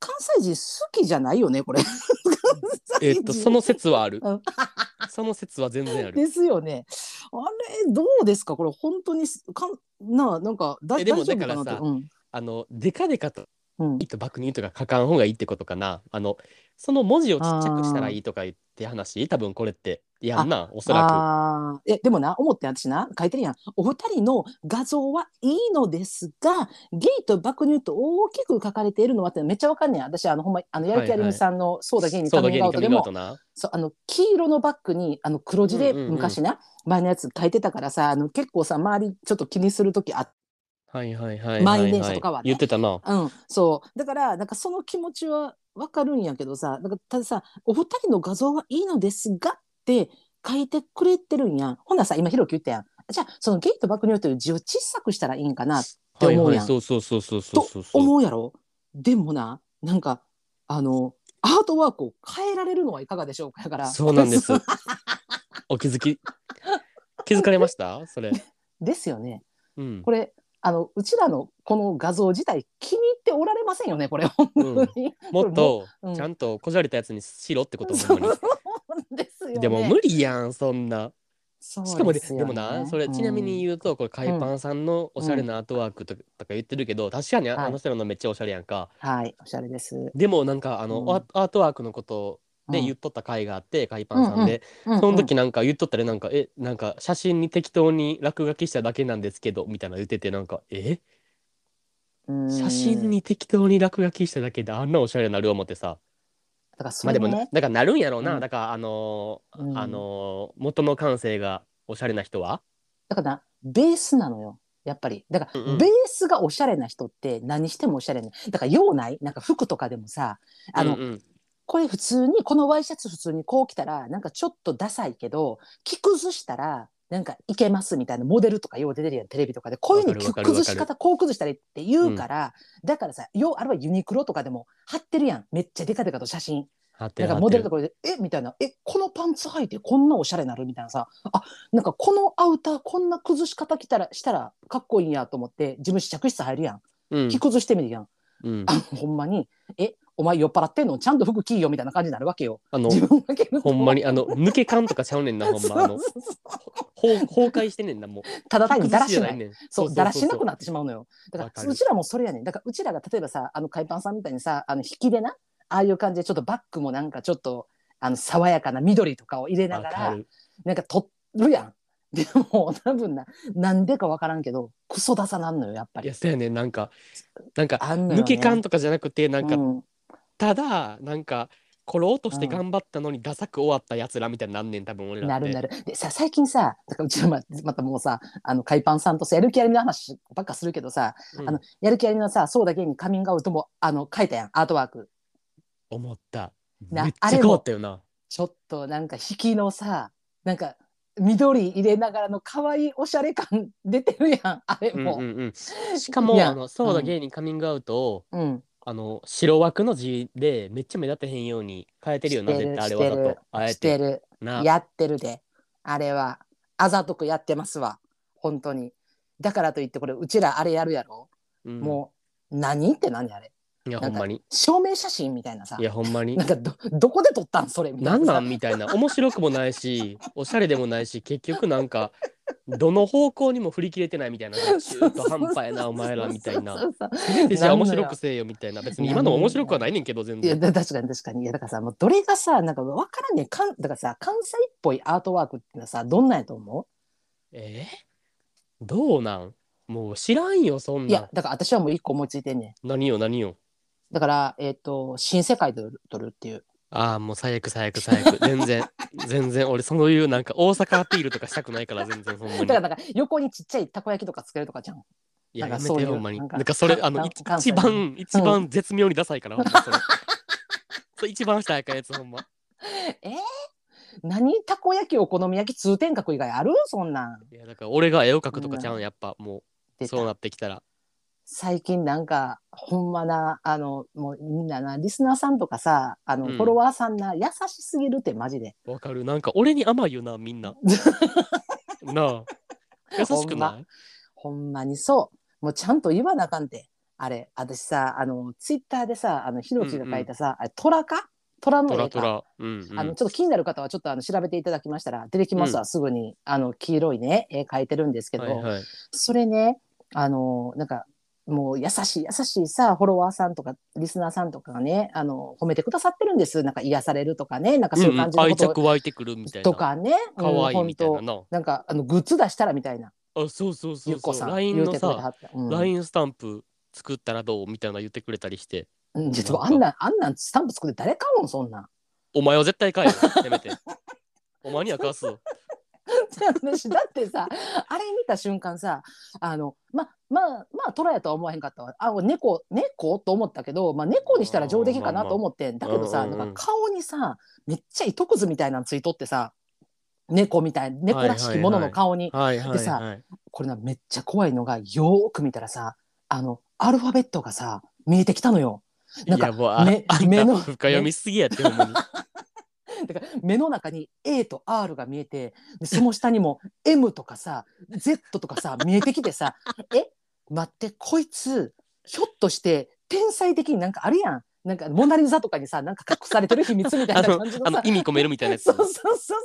B: 関西人好きじゃないよねこれ
A: えっとその説はある
B: うん
A: [laughs] その説は全然ある
B: ですよねあれどうですかこれ本当にすかんなあなんかだ
A: えで
B: 大丈
A: もだ
B: 夫か
A: から
B: な
A: さ
B: と、うん
A: あのデカデカと
B: うん
A: 「い」と「爆乳」とか書かん方がいいってことかなあのその文字をちっちゃくしたらいいとか言って話多分これってやんなおそら
B: あーえでもな思ってん私な書いてるやんお二人の画像はいいのですがゲイと爆乳と大きく書かれているのはってめっちゃわかんねん私あのほんまあのやる気ありみさんの「そうだゲイ
A: く
B: に
A: そ
B: カ
A: うだ
B: ミ
A: 芸
B: ングアウ
A: 人カ
B: ト」で
A: ミングアウ
B: も
A: トな
B: そうあの黄色のバッグにあの黒字で
A: うんうんうん
B: 昔な、前のやつ書いてたからさあの結構さ周りちょっと気にする時あっ
A: はいはいはい
B: 満
A: は
B: 員
A: い
B: 電
A: は
B: 車とかはいね
A: 言ってたな
B: うん、そうだからなんかその気持ちはわかるんやけどさなんかたださお二人の画像はいいのですがって書いてくれてるんやんほなさ今ひろき言ったやんじゃあそのゲイと爆乳という字を小さくしたらいいんかなて
A: はい
B: 思う
A: はい
B: やん
A: そうそうそうそうそう
B: と
A: そうそう
B: 思うやろでもななんかあのアートワークを変えられるのはいかがでしょうかだから。
A: そうなんですお気づき。気づかれましたそれ。
B: ですよね
A: うん。
B: これあのうちらのこの画像自体気に入っておられませんよねこれ本当に、
A: もっと
B: うん
A: ちゃんとこじゃれたやつにしろってこと
B: [laughs]
A: ほ
B: そうん
A: ま
B: ですよね
A: に。でも無理やん、そんな。
B: そう
A: しかもで,、
B: すよね
A: でもな、それちなみに、言うと、これ、海パンさんのおしゃれなアートワークとかとか言ってるけど、確かに
B: はい
A: ああの人らのめっちゃおしゃれやんか。
B: うんはいおしゃれです、
A: でもなんか、あの、
B: うん
A: アアートワークのことで言っとった回があって、海パンさんで、
B: うんうん
A: その時なんか言っとったらなんか、え、なんか写真に適当に落書きしただけなんですけど、みたいなの言ってて、なんか、え
B: うん
A: 写真に適当に落書きしただけであんなおしゃれになる思ってさ
B: だからそ
A: まあ
B: れ、
A: で
B: ね
A: もなだからなるんやろうな、
B: うん
A: だからあのー
B: うん
A: あのー元の感性がおしゃれな人は
B: だからなベースなのよやっぱりだから、
A: うんうん
B: ベースがおしゃれな人って何してもおしゃれなだから用ないなんか服とかでもさあの、
A: うんうん
B: これ普通にこのワイシャツ普通にこう着たらなんかちょっとダサいけど着崩したらなんかいけますみたいなモデルとかよう出てるやんテレビとかでこういうの着
A: わかるわかる
B: 崩し方こう崩したりって言うから、だからさようあれはユニクロとかでも貼ってるやんめっちゃでかでかと写真
A: 貼って
B: な
A: る
B: んか
A: 貼
B: モ
A: って
B: デル
A: る
B: とかで「えみたいな「えこのパンツ履いてこんなおしゃれになる?」みたいなさあなんかこのアウターこんな崩し方着たらしたらかっこいいんやと思って自分試着室入るやん
A: うん
B: 着崩してみるやん、 [laughs]
A: うん
B: あほんまに「えお前酔っ払ってんのちゃんと服着いよ」みたいな感じになるわけよ
A: あの
B: 自分が着ると
A: ほんまにあの抜け感とかちゃうねん
B: [laughs]
A: なほんまあの
B: そうそうそう
A: ほう崩壊してんねんなもう
B: ただ単にだら
A: 崩し
B: し [laughs] な
A: ない
B: い
A: ねん
B: そうだらしなくなってしまうのよだ
A: わ
B: か
A: からる
B: うちらもそれやねんだからうちらが例えばさあの海パンさんみたいにさあの引きでなああいう感じでちょっとバックもなんかちょっとあの爽やかな緑とかを入れな
A: わ
B: が
A: からる
B: なんか撮るやん。でも多分ななんでかわからんけどクソダサなんのよやっぱ
A: い
B: り
A: や。そうやねんなんかなんか
B: あんのよね
A: 抜け感とかじゃなくてなんか、
B: うん
A: ただなんかころうとして頑張ったのにダサく終わったやつらみたいになんねん多分俺らって
B: なるなる。でさ最近さだからうちらままたもうさあの海パンさんとさやる気ありの話ばっかするけどさ、
A: うん
B: あのやる気ありのさそうだけにカミングアウトもあの書いたやんアートワーク。
A: 思った
B: な
A: めっち
B: あ
A: ゃ
B: れも
A: 変わったよな
B: ちょっとなんか引きのさなんか緑入れながらの可愛いおしゃれ感出てるやん [laughs] あれ
A: う
B: も。
A: んうんうん、しかも
B: いや
A: あのそうだ
B: うん
A: 芸人カミングアウトを、
B: うん
A: あの白枠の字でめっちゃ目立てへんように変えてるよな
B: してる
A: 絶対あれわざ
B: してる
A: とあえ
B: して
A: て
B: る。
A: な
B: やってるで。あれは、あざとくやってますわ。本当に。だからといって、これ、うちらあれやるやろ。
A: うん
B: もう、何って何あれ。
A: いやほ
B: なん
A: ん
B: か
A: まに
B: 証明写真みたいなさ
A: い。やほん
B: [laughs]
A: まに
B: なんかど、どこで撮ったんそれみた
A: ないん
B: な
A: な
B: さ。
A: んみたいな面白くもないしおしゃれでもないし結局なんかどの方向にも振り切れてないみたい
B: [laughs]
A: な中途半端やなお前らみたいな
B: そうそうそう
A: せめてじゃあ
B: なん
A: 面
B: のよ
A: 白くせえよみたいな別に今のも面白くはないねんけど全
B: いや
A: 然
B: だ確かに確かにいやだからさもうどれがさなんか分からんねんかんだからさ関西っぽいアートワークっていうのはさどんなんやと思
A: えーどうなんもう知らんよそん
B: う、
A: なん
B: いやだから私はもう一個思いついてんねん
A: 何よ何よ
B: だからえっ、と新世界で撮るっていう
A: ああ、もう最悪最悪最
B: [laughs]
A: 悪。全然、全然、俺そういうなんか大阪アピールとかしたくないから、全然ほんま
B: だ
A: に
B: から。なんか横にちっちゃいたこ焼きとか作れるとかじゃん
A: いや、や
B: なんか
A: め
B: そう
A: て
B: いう
A: よ、ほんまに。
B: な
A: なんん
B: か
A: かそれ、あの、
B: 関
A: い
B: 関西
A: 一番、一番絶妙にダサいから、ほんまそれ。 [laughs] それ一番したやかんやつ、ほんま。
B: 何たこ焼きお好み焼き通天閣以外あるそんなん
A: いや、だから俺が絵を描くとかちゃうん、やっぱ、もう、
B: 出た
A: そうなってきたら。
B: 最近なんかほんまなあのもうみんななリスナーさんとかさあの、
A: うん
B: フォロワーさんな優しすぎるってマジで
A: わかる。なんか俺に甘いよな、みん
B: [laughs]
A: な。なあ。優しく
B: ほん
A: ない
B: ほんまにそうもうちゃんと言わなあかんてあれ、私さ、あの、ツイッターでさ、あの、ひろきが書いたさ、あれ、トラかトラの
A: ト
B: 絵
A: ラ
B: か
A: トラ。うん、うん。
B: あのちょっと気になる方はちょっとあの調べていただきましたら出てきますわ、すぐにあの黄色いね絵描いてるんですけど、
A: はいはい。
B: それねあのなんかもう優しい優しいさフォロワーさんとかリスナーさんとかがねあの褒めてくださってるんですなんか癒されるとかねなんかそういう感じ
A: うん
B: の
A: うん
B: こ
A: 愛
B: と,、
A: 着湧いてくるみたいな。
B: とかね
A: 可愛いみたい
B: うんほ
A: なん
B: と
A: な。
B: なんかあのグッズ出したらみたいな
A: あ、そうそうそ
B: ゆっ
A: う
B: こ
A: そ
B: さ
A: う。
B: ん
A: LINE
B: 言う
A: の
B: てくれては
A: さ、
B: った、うん
A: LINE スタンプ作ったらどうみたいな言ってくれたりして、
B: うん、ちょっとあんなんあんなんスタンプ作って誰買うもんそんなん [laughs] っ
A: お前は絶対買えよ、せめて。 [laughs] お前には貸すぞ。
B: て話だってさあれ見た瞬間さあのままあまあトラやとは思わへんかったわあ猫猫と思ったけど、まあ、猫にしたら上出来かなと思ってんだけど
A: う
B: さ、
A: んうんうん
B: なんか顔にさめっちゃ糸くずみたいなのついとってさ猫みたい猫らしきものの顔に、
A: はいはい、はい。
B: でさこれなめっちゃ怖いのがよーく見たらさあのアルファベットがさ見えてきたのよ。なん
A: い
B: か
A: やもうあ
B: 目
A: あんた
B: 目の
A: 深読みすぎやってほんま
B: [laughs]
A: に。
B: だから目の中に A と R が見えてでその下にも M とかさ Z とかさ見えてきてさえ待ってこいつひょっとして天才的になんかあるやんなんかモナ・リザとかにさなんか隠されてる秘密みたいな感じの
A: あの
B: さ
A: 意味込めるみたいなやつ
B: そうそうそうそう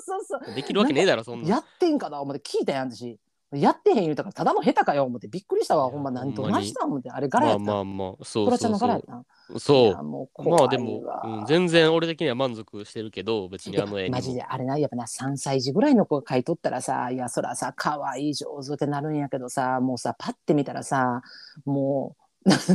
B: そう
A: できるわけねえだろそんなん。
B: やってんかな思って聞いたやん私やってへん言うたからただの下手かよ思ってびっくりしたわほんまなんと
A: ほんま
B: な
A: に
B: したん思ってあれ柄や
A: ま
B: っ
A: あ
B: た、
A: まあまあそ
B: ト
A: う
B: ラちゃ
A: そ
B: んの
A: うそ
B: 柄やっ
A: う。
B: たんい
A: そ
B: やもう
A: う。
B: 怖い
A: ま
B: わ
A: あでも、うん全然俺的には満足してるけど別にあの絵
B: いや
A: に
B: マジ
A: も。
B: であれなやっぱな3歳児ぐらいの子が書いとったらさいやそらさ可愛い上手ってなるんやけどさもうさパッて見たらさもう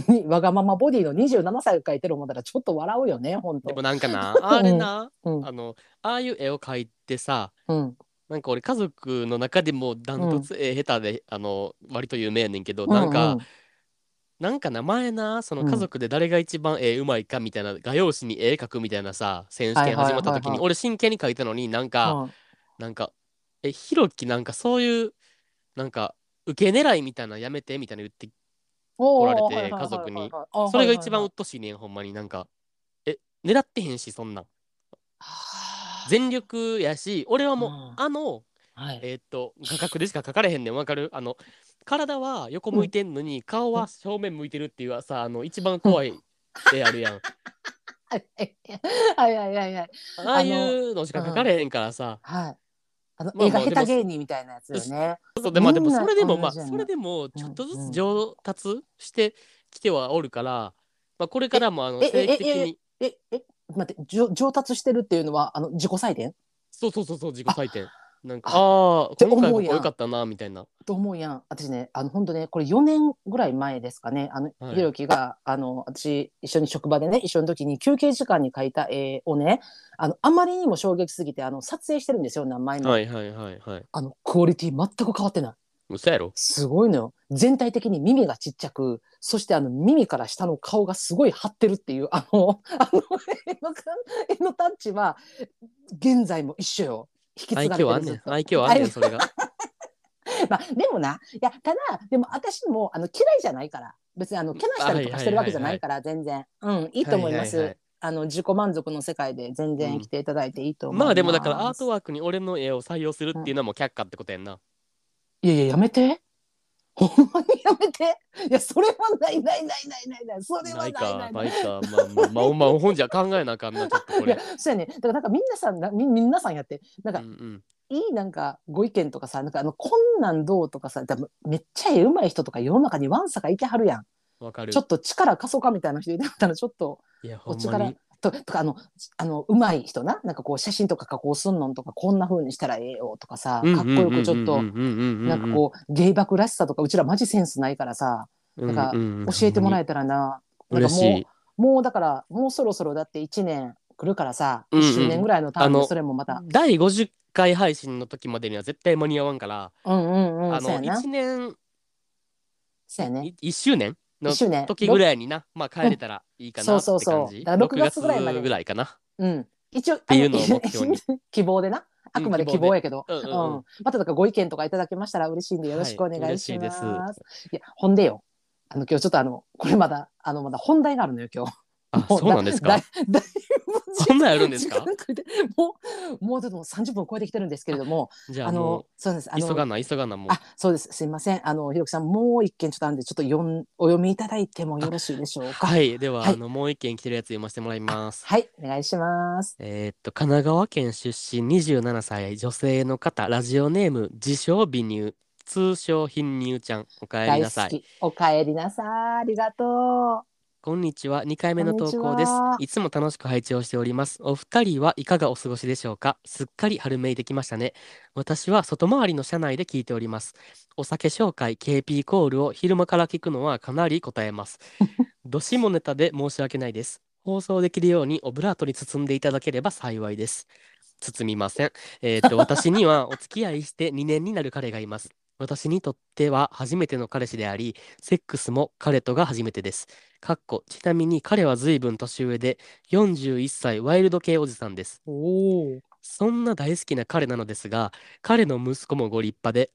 B: 何わがままボディの27歳が書いてる思ったらちょっと笑うよねほん
A: で
B: と
A: も。なんかな [laughs] あれな、
B: うん
A: あのああいう絵を描いてさ
B: うん
A: なんか俺家族の中でもダントツ絵下手で、あの割と有名やねんけど、なん
B: う
A: か
B: ん
A: なんか名前なその
B: うん
A: 家族で誰が一番絵うまいかみたいな画用紙に絵描くみたいなさ選手権始まった
B: はいはい
A: 時
B: はいはい
A: に俺真剣に描いたのになん
B: う
A: か、
B: ん
A: なんか、え、ひろきなんかそういう、なんか、受け狙いみたいなのやめてみたいな言って、
B: おー
A: られて
B: はいはいはいはい
A: 家族に
B: あはいはいはい
A: それが一番鬱陶しいねん、ほんまになんか。え、狙ってへんし、そんなん。
B: はあ
A: 全力やし、俺はもう、
B: うん
A: あの、
B: はい
A: えーっと、画角でしか描かれへんねん、わかるあの、体は横向いてんのに、顔は正面向いてるっていうさ、あの、一番怖い絵あるや
B: [laughs]
A: ん。
B: はいはいはいはい
A: ああいうのしか描かれへんからさ。
B: はいあの
A: まあ
B: 絵
A: ま
B: が
A: あ
B: 下手芸人みたいなやつよね
A: そうでまあでも
B: みんな
A: それでもまあ
B: 同じやな
A: それでも
B: うん
A: ちょっとず
B: う
A: つ
B: ん
A: 上達してきてはおるから、まあ、これからもあの
B: ええ
A: 定期的
B: え
A: に
B: ええ待って上上達してるっていうのはあの自己採点
A: そうそうそうそう自己採点なんか
B: あ
A: ああ
B: て
A: ー
B: 思う
A: 今
B: や
A: 回
B: ん
A: も良かったなみたいな
B: と思うやん私ねあの本当ねこれ4年ぐらい前ですかねあの、
A: はい
B: ひろきがあの私一緒に職場でね一緒の時に休憩時間に書いた絵をねあのあまりにも衝撃すぎてあの撮影してるんですよ何枚も、
A: はいはいはいはい
B: あのクオリティ全く変わってない
A: 嘘やろ
B: すごいのよ全体的に耳がちっちゃくそしてあの耳から下の顔がすごい張ってるっていうあの [laughs] あの絵の感絵のタッチは現在も一緒よ引き継が
A: 愛
B: れて
A: 嬌
B: る
A: あん
B: ず
A: ね
B: っ
A: ん
B: と
A: 愛嬌あんねんそれが
B: [laughs] まあでもないやただでも私もあの嫌いじゃないから別にあのけなしたりとかしてるわけじゃないから全然うん [laughs] いいと思います、
A: ははは
B: あの自己満足の世界で全然生きていただいていいと思います、
A: まあでもだからアートワークに俺の絵を採用するっていうのはもう却下ってことやんな、
B: いやいややめてほんまにやめていやそれはないないないないないないそれ
A: な
B: はないいない
A: か
B: ない
A: ないかまあまあまあお前本じゃ考えなあかんなちょっとこ
B: いや
A: れ、
B: そうやねだからなんかみんなさんなみ皆さんやってなん
A: う
B: か
A: んうん、
B: いいなんかご意見とかさなんかあのこんなんどうとかさ多分めっちゃ絵うまい人とか世の中にわんさかいてはるやん
A: わかる
B: ちょっと力貸そうかみたいな人いてはったらちょっと
A: いやほ
B: お
A: んま
B: 力
A: に
B: ととかあのあのうまい人ななんかこう写真とか加工すんのんとかこんな風にしたらええよとかさかっこよくちょっとな
A: なん
B: かこう芸爆らしさとかうちらマジセンスないからさ
A: う
B: なんか教えてもらえたらな
A: う
B: なん
A: 嬉
B: か
A: し
B: も
A: いう
B: もうだからもうそろそろだって1年来るからさ
A: うんうん
B: 1周年ぐらいのターン
A: あ
B: で
A: の
B: それもまた
A: 第50回配信の時までには絶対間に合わんから、
B: うんうんう
A: あ
B: んそう
A: の
B: やな
A: 1年
B: そうやね
A: 1周年
B: 1
A: の
B: 周年
A: 時ぐらいになまあ帰れたらいいかなって
B: そうそうそう
A: 感じ
B: だから6
A: 6月
B: 月ぐ
A: ぐ
B: らいまでに
A: らいかな
B: うん一応
A: ていうのを目標に
B: [laughs] 希望でなあくまで
A: うん
B: 希
A: 希望
B: 望
A: で
B: やけど、
A: うん
B: う
A: うんんうん
B: まただからご意見とかいただけましたら嬉しいんでよろしくお願いします。
A: はいい嬉しい
B: やほんでよあの今日ちょっとあのこれまだあのまだ本題があるのよ今日
A: あ、
B: も
A: そうなんです
B: だ
A: か
B: だ。だいぶ
A: そんなんやるんですか
B: 時間かけてもうもうちょっともう30分超えてきてるんですけれども
A: じ
B: あ
A: ゃあ
B: の
A: も
B: そうなんですあ
A: う急が
B: の
A: な急がなもう
B: あそうですすいませんあのひろきさんもう一件ちょっとあるんでちょっと読んお読みいただいてもよろしいでしょうか
A: はい、では、
B: はい
A: あのもう一件来てるやつ読ませてもらいます。
B: はいお願いします
A: えーっと神奈川県出身27歳女性の方ラジオネーム自称美乳通称貧乳ちゃんおかえり
B: 大
A: なさ
B: 好
A: い
B: きおかえりなさいありがと
A: こんにちは2回目の投
B: こん
A: 稿
B: に
A: で
B: ち
A: す
B: はい
A: つも楽しく拝聴しておりますお二人はいかがお過ごしでしょうかすっかり春めいてきましたね私は外回りの車内で聞いておりますお酒紹介 KP コールを昼間から聞くのはかなり答えます
B: [laughs]
A: どしもネタで申し訳ないです放送できるようにオブラートに包んでいただければ幸いです包みませんえ
B: [laughs]
A: ーっと私にはお付き合いして2年になる彼がいます私にとっては初めての彼氏でありセックスも彼とが初めてですかっこちなみに彼は随分年上で41歳ワイルド系おじさんです
B: うおお
A: そんな大好きな彼なのですが、彼の息子もご立派で、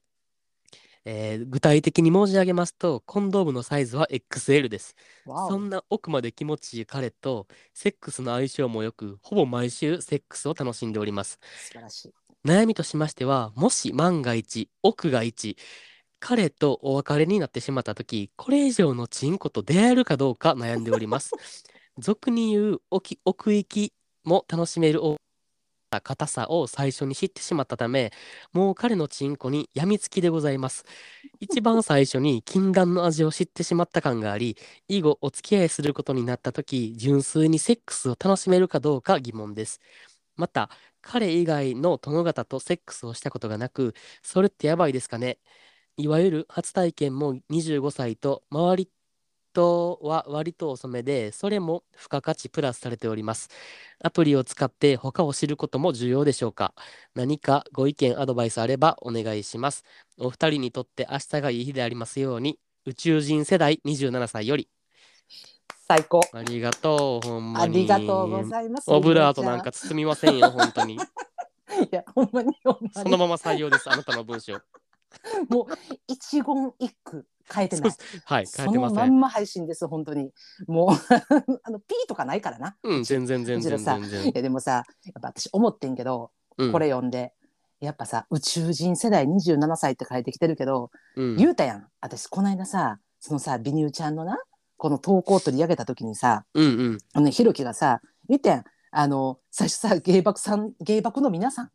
A: えー具体的に申し上げますと、コンドームのサイズは XL です。
B: わ
A: そ
B: お
A: んな奥まで気持ちいい彼と、セックスの相性も良く、ほぼ毎週セックスを楽しんでおります。
B: 素晴らしい
A: 悩みとしましては、もし万が一、奥が一、彼とお別れになってしまった時これ以上のチンコと出会えるかどうか悩んでおります。俗に言う奥き奥行きも楽しめるお硬さを最初に知ってしまったため、もう彼のチンコに病みつきでございます。一番最初に禁断の味を知ってしまった感があり、以後お付き合いすることになった時純粋にセックスを楽しめるかどうか疑問です。また、彼以外の殿方とセックスをしたことがなく、それってやばいですかねいわゆる初体験も25歳と周りとは割と遅めでそれも付加価値プラスされておりますアプリを使って他を知ることも重要でしょうか何かご意見アドバイスあればお願いしますお二人にとって明日がいい日でありますように宇宙人世代27歳より
B: 最高
A: ありがとうほんま
B: あ
A: に
B: りがとうございます
A: オブラートなんか包みません
B: [laughs]
A: よ本当に
B: いやほんまにほんま
A: そ
B: に
A: のまま採用
B: [laughs]
A: ですあなたの文章
B: もう一言一句変えてない。
A: はい
B: そ
A: 変えてま
B: の
A: せん
B: まんま配信です本当に。もう [laughs] あのピーとかないからな。
A: うん全然全然
B: うちらさ
A: 全
B: い
A: 然、
B: やでもさ、やっぱ私思ってんけど、
A: うん
B: これ読んで、やっぱさ宇宙人世代二十七歳って書いてきてるけど、
A: うん
B: 言うたやん。私この間さ、そのさ美乳ちゃんのなこの投稿を取り上げた時にさ、
A: うんうん
B: あのねひろきがさ言ってんあの最初さ芸爆さん芸爆の皆さんっ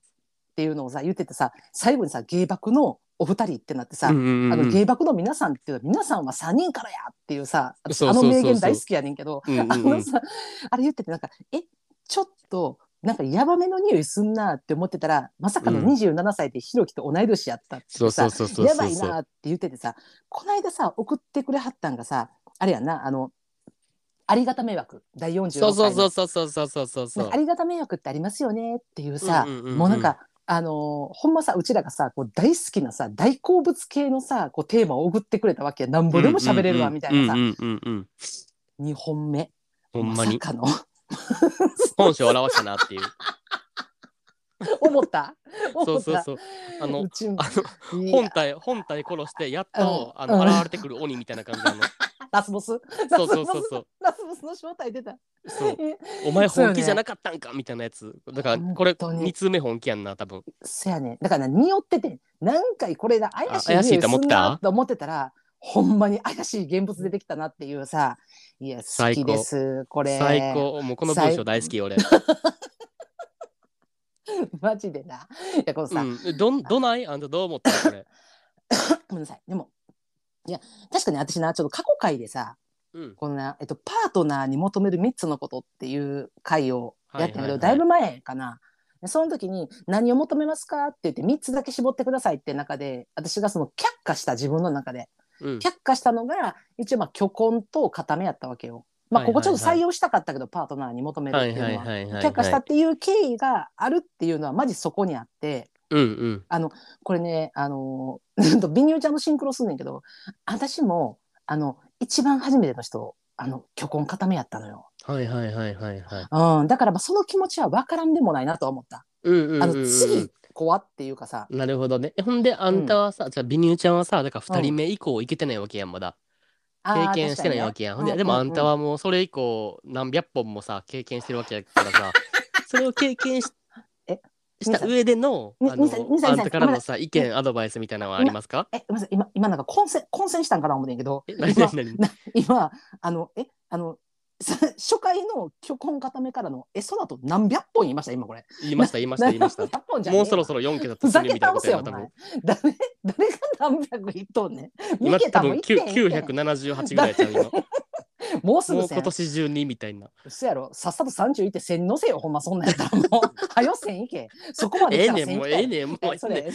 B: ていうのをさ言っててさ、最後にさ芸爆のお二人ってなってさ。
A: うんうんうん
B: あの芸爆の皆さんっていうのは皆さんは3人からやっていうさ私
A: そう
B: あ
A: そうそ
B: の
A: うそう
B: 名言大好きやねんけど
A: うんうん
B: あ
A: う
B: の
A: ん
B: さあれ言っててなんかえちょっとなんかヤバめの匂いすんなって思ってたらまさかの
A: うん
B: 27歳でひろきと同い年やったって
A: そうそ
B: さ
A: うそうそう
B: や
A: そ
B: ば
A: う
B: い
A: そう
B: なって言っててさこないださ送ってくれはったんがさあれやんなあのありがた迷惑第46回
A: そう
B: の
A: そうそうそうそうそうそうそう
B: なんかありがた迷惑ってありますよねっていうさ、
A: うんうんうんうん
B: もうなんかあのーほんまさうちらがさこう大好きなさ大好物系のさこうテーマを送ってくれたわけやなんぼでも喋れるわみたいなさ、
A: うんうんうんうんうん
B: 2本目
A: ほん
B: [laughs]
A: まに
B: さかの
A: 本性を表したなっていう
B: 思った
A: そ
B: 思
A: う
B: った
A: そうそうあの
B: うちも
A: あ
B: い
A: の
B: や
A: 本体本体殺してやっと
B: うん
A: あ
B: うん
A: の現れてくる鬼みたいな感
B: [laughs]
A: じなの
B: ラスボスラス
A: そ
B: ボ
A: う
B: ス
A: そうそうそう
B: ラスボスの正体出た
A: そう
B: え
A: お前本気じゃなかったんかみたいなやつだからこれ
B: 本当に
A: 二通目本気やんな多分
B: そやねだからな匂ってて何回これが怪しい
A: あ怪し
B: 匂
A: い
B: い
A: と
B: す
A: 思っ
B: ん
A: た
B: なと思ってたらほんまに怪しい現物出てきたなっていうさいや好
A: 最
B: き
A: 高
B: ですこれ
A: 最高もうこの文章大好き俺
B: [laughs] マジでな。いやこのさ、
A: うんどんどないあんたどう思ったこれ
B: ごめんなさい。でも、いや、確かに私な、ちょっと過去回でさ、
A: うん
B: このな、えっと、パートナーに求める3つのことっていう回をやったけど、
A: はいはいはい
B: だいぶ前かな。でその時に何を求めますかって言って3つだけ絞ってくださいって中で私がその却下した自分の中で
A: うん
B: 却下したのが一応まあ虚婚と固めやったわけよ。まあ
A: はいは
B: こ
A: い
B: こ
A: はい
B: ちょっと採用したかったけどパートナーに求めるっ
A: は
B: てい
A: いう
B: のは,、
A: はいはいはい
B: 却下した
A: は
B: っ
A: い
B: ていう経緯があるっていうのはマジそこにあって、
A: うんうん
B: これね、あのー、 [laughs] と美乳ちゃんのシンクロすんねんけど、私も、あの、一番初めての人、あの、虚婚固めやったのよ。
A: はいはいはいはいはい
B: うん、だから、まあ、その気持ちは分からんでもないなとは思った。
A: うんうんうんうん
B: あの、次、怖っていうかさ、
A: なるほどね。えほんで、あんたはさ、じゃあ、美乳ちゃんはさ、だから2人目以降行けてないわけやん、まだ。経験してないわ
B: け。
A: けやん。
B: あー
A: ほんで、
B: うん
A: でも
B: うん
A: あんたはもうそれ以降何百本もさ、経験してるわけやから
B: [laughs]
A: さ、それを経験し
B: え
A: した上での、
B: み
A: あ
B: みさみ
A: の、
B: さみ
A: あ
B: さ
A: んたからのさ、意見、アドバイスみたいなのはありますか
B: え、ごめんなさい、今、今なんか混戦、混戦したんかな思うねんけど、
A: え、
B: 今
A: 何何何
B: な今、あの、え、あの、さ初回の虚婚固めからの、え、そだと何百本言いました、今これ。
A: 言いました、言いました、言いました
B: 何。百本じゃね
A: も
B: えよ
A: うそろそろ4桁突
B: ふざ
A: 入み
B: け
A: たいなこ
B: 倒
A: と
B: せ
A: や
B: よ、
A: な、
B: お
A: 多
B: 前
A: 分。。
B: 誰、誰が何百言っとんねん。
A: 今
B: 三桁
A: 多
B: も
A: 分
B: 言って
A: きゅ
B: へ
A: うん
B: 言ってへん
A: 978ぐらいちゃう今。
B: もうす
A: [laughs] も
B: ぐ
A: う
B: せん
A: 今。年中にみたいな。
B: 嘘やろ。さっさと30いって1000のせよ、ほんま、そんなんやったらもう。 [laughs] はよ1000いけ。そこまで
A: え
B: 来
A: え
B: たら
A: ね
B: 1000
A: ん、もう
B: い
A: ええ
B: け [laughs]
A: ねん、もうえ
B: えそ
A: えねん
B: れ。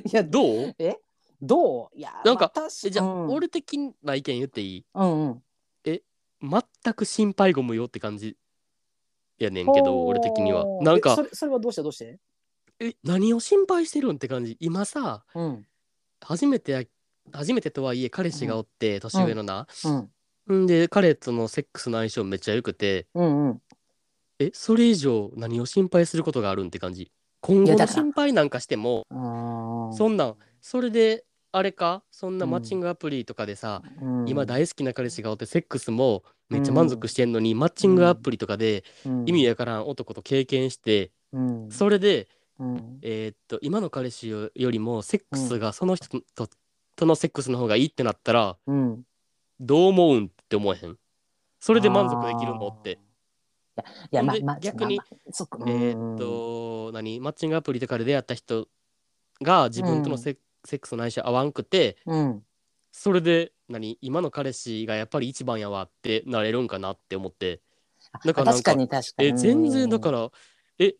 B: [laughs] いや、ど
A: どう
B: どういや、
A: なんか
B: 私
A: えじゃあ、
B: うん、
A: 俺的な意見言っていい
B: うんうん。
A: 全く心配ご無用って感じやねんけど、
B: ほー
A: 俺的には。なん
B: えそ
A: か、
B: れそれはどうしてどうして
A: え、何を心配してるんって感じ。今さ、
B: うん。
A: 初めてや、初めてとはいえ彼氏がおって、年上のな。
B: うん。
A: んで、彼とのセックスの相性めっちゃ良くて、
B: うんうん。
A: え、それ以上何を心配することがあるんって感じ。今
B: い
A: 後
B: や
A: の
B: だから
A: 心配なんかしても、
B: あー
A: そんなん、それで、あれか、そんな
B: うん
A: マッチングアプリとかでさ、
B: うん
A: 今大好きな彼氏がおって、セックスもめっちゃ満足してんのに、マッチングアプリとかで意味わからん男と経験して、
B: うん
A: それで、
B: うん
A: えーっと、今の彼氏よりも、セックスがその人ととのセックスの方がいいってなったら、
B: うん。
A: どう思うんって思えへん。それで満足できるのって。
B: いや、
A: ほん
B: まあ
A: で
B: まあ、
A: 逆に
B: まあまあそっか
A: えーっ、と、何マッチングアプリとかで出会った人が自分とのセ,、セックスの相性合わんくて、
B: うん。
A: それで何今の彼氏がやっぱり一番やわってなれるんかなって思ってだからなん
B: 確
A: か
B: かに確かに。。
A: え全然だかららえ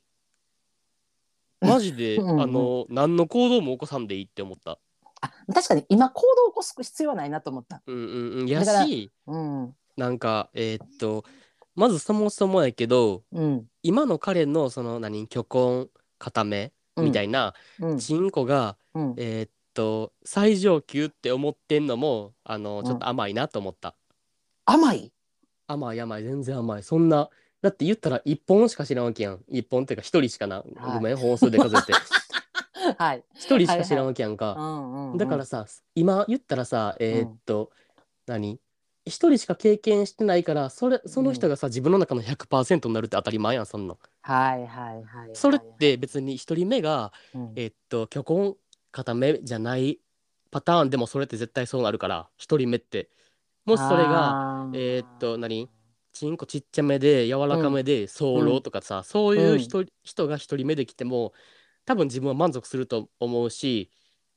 A: マジで
B: [laughs] うんうん
A: あの何の行動も起こさんでいいって思った
B: あ確かに今行動を起こす必要はないなと思った。
A: うんうんうんや
B: だから
A: し
B: うん。
A: なんかえーっとまずそもそもやけど
B: うん。
A: 今の彼のその何虚婚固めみたいな、
B: うん。
A: チンコが、
B: うん。
A: えーっと最上級って思ってんのもあの
B: ん
A: ちょっと甘いなと思った、
B: 甘い
A: 甘い甘い全然甘いそんなだって言ったら1本しか知らんわけやん1本っていうか1人しかな、
B: はい
A: ごめん本数で数え
B: [laughs]
A: て
B: はい。
A: 1人しか知らんわけやんか、
B: うんうん。
A: だから、さ今言ったらさえーっと、何1人しか経験してないからそれその人がさ、自分の中の100%になるって当たり前やんそんなん
B: はいはいはいはい。
A: それって別に1人目が
B: うん、
A: えーっと虚婚固めじゃないパターンでもそれって絶対そうなるから1人目ってもしそれが
B: が
A: えーっと何チンコちっちゃめで柔らかめで早
B: う
A: 漏
B: ん
A: とかさ、そういううん人,、人が一人目で来ても多分自分は満足すると思うし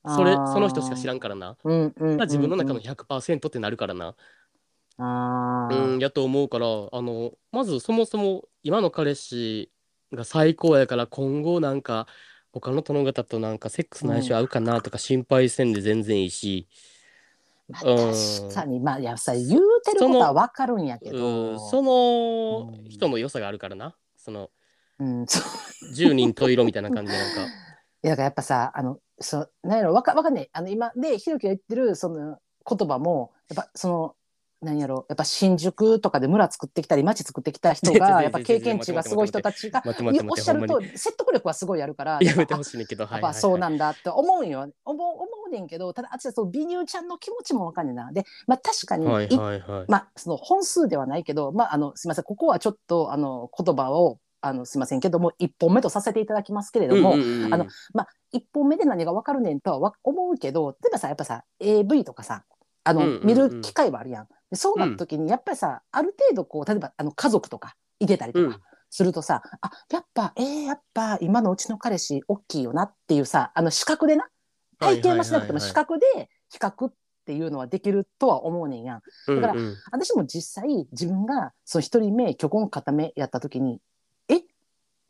A: それその人しか知らんからな、
B: うんうんうんうん
A: まあ自分の中の100%ってなるからな、
B: あ
A: う
B: ー
A: んやと思うからあのまずそもそも今の彼氏が最高やから今後なんか他の殿方となんかセックスの相性合うかなとか心配せんで全然いいし、
B: まあ
A: うん
B: 確かにまあいやさ言うてることはわかるんやけ
A: う
B: ど
A: ん、その
B: うん
A: 人の良さがあるからなその
B: うんそう
A: 10人十色みたいな感じでなんか。
B: [laughs] だからやっぱさあのそうなんやろわかわかんないあの今でひろきが言ってるその言葉もやっぱその何やろやっぱ新宿とかで村作ってきたり町作ってきた人
A: 違う違う違う
B: がやっぱ経験値がすごい人たちが
A: 待って待って
B: おっ
A: 待っ、
B: してゃ
A: ほん
B: る
A: ま
B: と
A: に。
B: 説得力はすごいあるから
A: やめて
B: あ
A: ほしいねんけど、は
B: や
A: いは
B: っ
A: い
B: ぱ
A: はい。
B: そうなんだって思うんよ思う思うねんけどただあっちはその美乳ちゃんの気持ちもわかんねんなでまあ確かに
A: はい
B: い
A: はいはい。
B: まあ、その本数ではないけど、まあ、あのすみませんここはちょっとあの言葉をあのすみませんけども1本目とさせていただきますけれども、
A: うんうんうん
B: あのまあ、1本目で何が分かるねんとはわ思うけど例えばさやっぱさ AV とかさあの、
A: うんうんうん
B: 見る機会はあるやん。でそうなった時にやっぱりさ、ある程度こう例えばあの家族とかいてたりとか。
A: うん
B: するとさあやっぱえー、やっぱ今のうちの彼氏大きいよなっていうさあの視覚でな体験はしなくても視覚で比較っていうのはできるとは思うねんやん。だから
A: うんうん
B: 私も実際自分がその一人目虚婚固めやった時にえ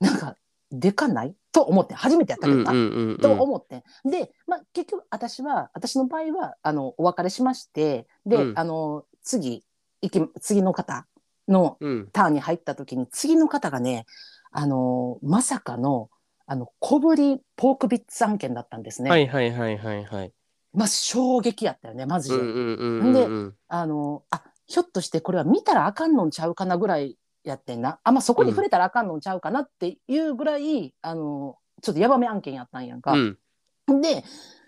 B: なんかでかないと思って初めてやった
A: う
B: け
A: ん
B: どな、
A: うんうんうん
B: と思ってで、まあ、結局私は私の場合はあのお別れしましてで、
A: うん
B: あの次いき次の方の
A: うん
B: ターンに入った時に次の方がねあのまさかのあの小ぶりポークビッツ案件だったんですね、
A: はいはいはいはいはい。
B: まあ衝撃やったよねマジ
A: う
B: で。
A: んうんうんうんうん。
B: あのあひょっとしてこれは見たらあかんのんちゃうかなぐらいやってんなあ、まあ、そこに触れたらあかんのんちゃうかなっていうぐらい、あのちょっとやばめ案件やったんやんか
A: う、ん
B: で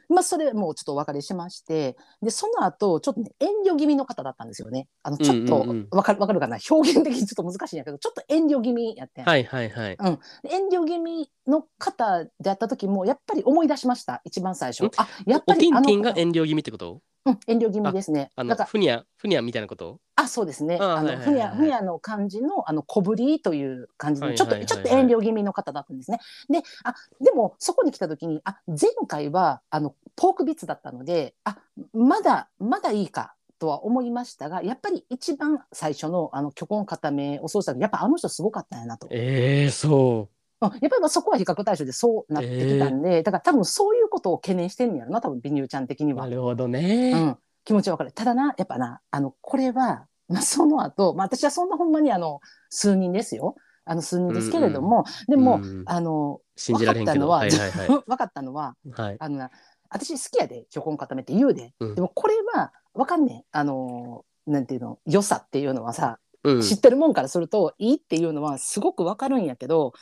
B: まあ、それもうちょっとお別れしましてでその後ちょっと、ね、遠慮気味の方だったんですよねあのちょっと
A: うんうんうん
B: わかるわかるかな表現的にちょっと難しいんやけどちょっと遠慮気味やってん、
A: はいはいはい。
B: 遠慮気味の方であった時もやっぱり思い出しました一番最初
A: ん
B: あやっ
A: お
B: ぱ
A: て
B: りあ
A: ん
B: の
A: てんが遠慮気味ってこと
B: うん、遠慮気味ですね
A: あ
B: だ
A: の
B: から
A: ふにゃふにゃみたいなこと
B: あそうですね
A: あ
B: あの
A: はいはい
B: ふ
A: はい
B: に
A: はい
B: ゃふにゃの感じのあの小ぶりという感じ
A: は
B: の
A: い
B: ちょっ
A: は
B: と
A: いはいはい
B: ちょっと遠慮気味の方だったんですねであでもそこに来た時にあ前回はあのポークビッツだったのであまだまだいいかとは思いましたがやっぱり一番最初のあの巨根固めお操作やっぱあの人すごかったんやなと
A: ええそ
B: うん、やっぱりまあそこは比較対象でそうなってきたんで、だから多分そういうことを懸念してんのやろな多分美乳ちゃん的に
A: う。
B: は
A: な、るほどね。
B: うん、気持ちはわかるただなやっぱなあのこれは、まあ、その後、まあ私はそんなほんまにあの数人ですよあの数人ですけれども、でも、
A: うん
B: あの
A: 信じられんけど。
B: わ
A: は
B: か
A: い
B: った
A: はいはい。
B: 分かったのは [laughs]
A: はい、
B: あのな私好きやでチョコン固めって言うで、
A: うん
B: でもこれはわかんねんあのなんていうの良さっていうのはさ
A: うん
B: 知ってるもんからするといいっていうのはすごくわかるんやけど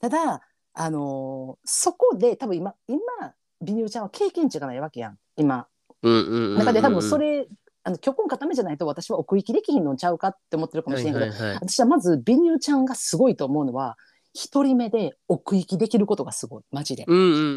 B: ただあのーそこで多分今今美乳ちゃんは経験値がないわけやん今
A: うんうんうんうん
B: 中で多分それあの虚根固めじゃないと私は奥行きできひんのちゃうかって思ってるかもしれんけど、
A: はいはいはい
B: 私はまず美乳ちゃんがすごいと思うのは一人目で奥行きできることがすごいマジで。
A: うんうんうんうんうん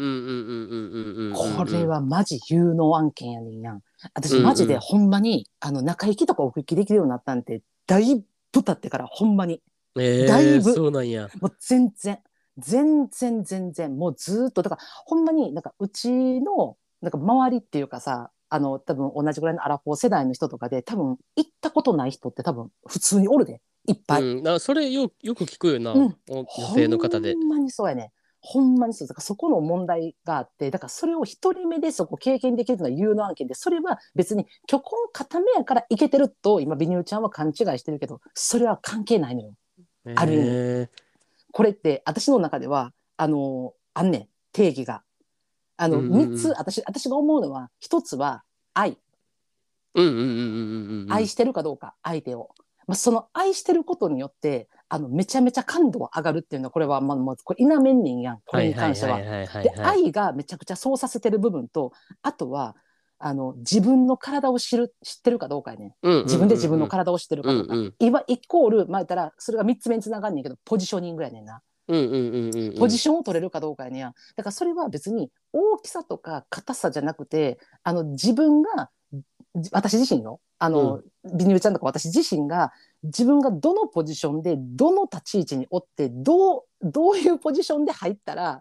A: うんうんうん。
B: これ。はマジ有能案件やねんやん。私
A: うん
B: マジでほんまに、あの中行きとか奥行きできるようになったんてだいぶ経ってからほんまに
A: ええ
B: だいぶ
A: そうなんや。
B: もう全然全然全然もうずーっとだからほんまになんかうちのなんか周りっていうかさあの多分同じぐらいのアラフォー世代の人とかで多分行ったことない人って多分普通におるでいっぱい、
A: うん、なそれよよく聞くよな、
B: うん
A: お女性の方で
B: ほ。んまにそうやねほんまにそうだからそこの問題があってだからそれを一人目でそこ経験できるのは有能案件でそれは別に虚根固めやからいけてると今美乳ちゃんは勘違いしてるけどそれは関係ないのよある
A: え
B: これって私の中ではあのあんねん定義が。あの、
A: うんうんうん
B: 3つ私私が思うのは一つは愛
A: えうんうんうんうんうんうん。
B: 愛してるかどうか、相手を、まあ、その愛してることによってあのめちゃめちゃ感度は上がるっていうのはこれはまあまあこれ否めんねんやんこれに関しては。
A: いはいはい
B: で
A: はいはい、
B: 愛がめちゃくちゃそうさせてる部分とあとはあの自分の体を知る知ってるかどうかやねん
A: うんうんうんうん
B: 自分で自分の体を知ってるかどうか。
A: うんうん
B: いわイコールまあ言ったらそれが3つ目につながんねんけどポジショニングやねんな。
A: うんうんうんうんうん。
B: ポジションを取れるかどうかやねや。だからそれは別に大きさとか硬さじゃなくて、あの自分が、じ私自身よ。あの、ビニューちゃんとか私自身が、自分がどのポジションで、どの立ち位置におって、どう、どういうポジションで入ったら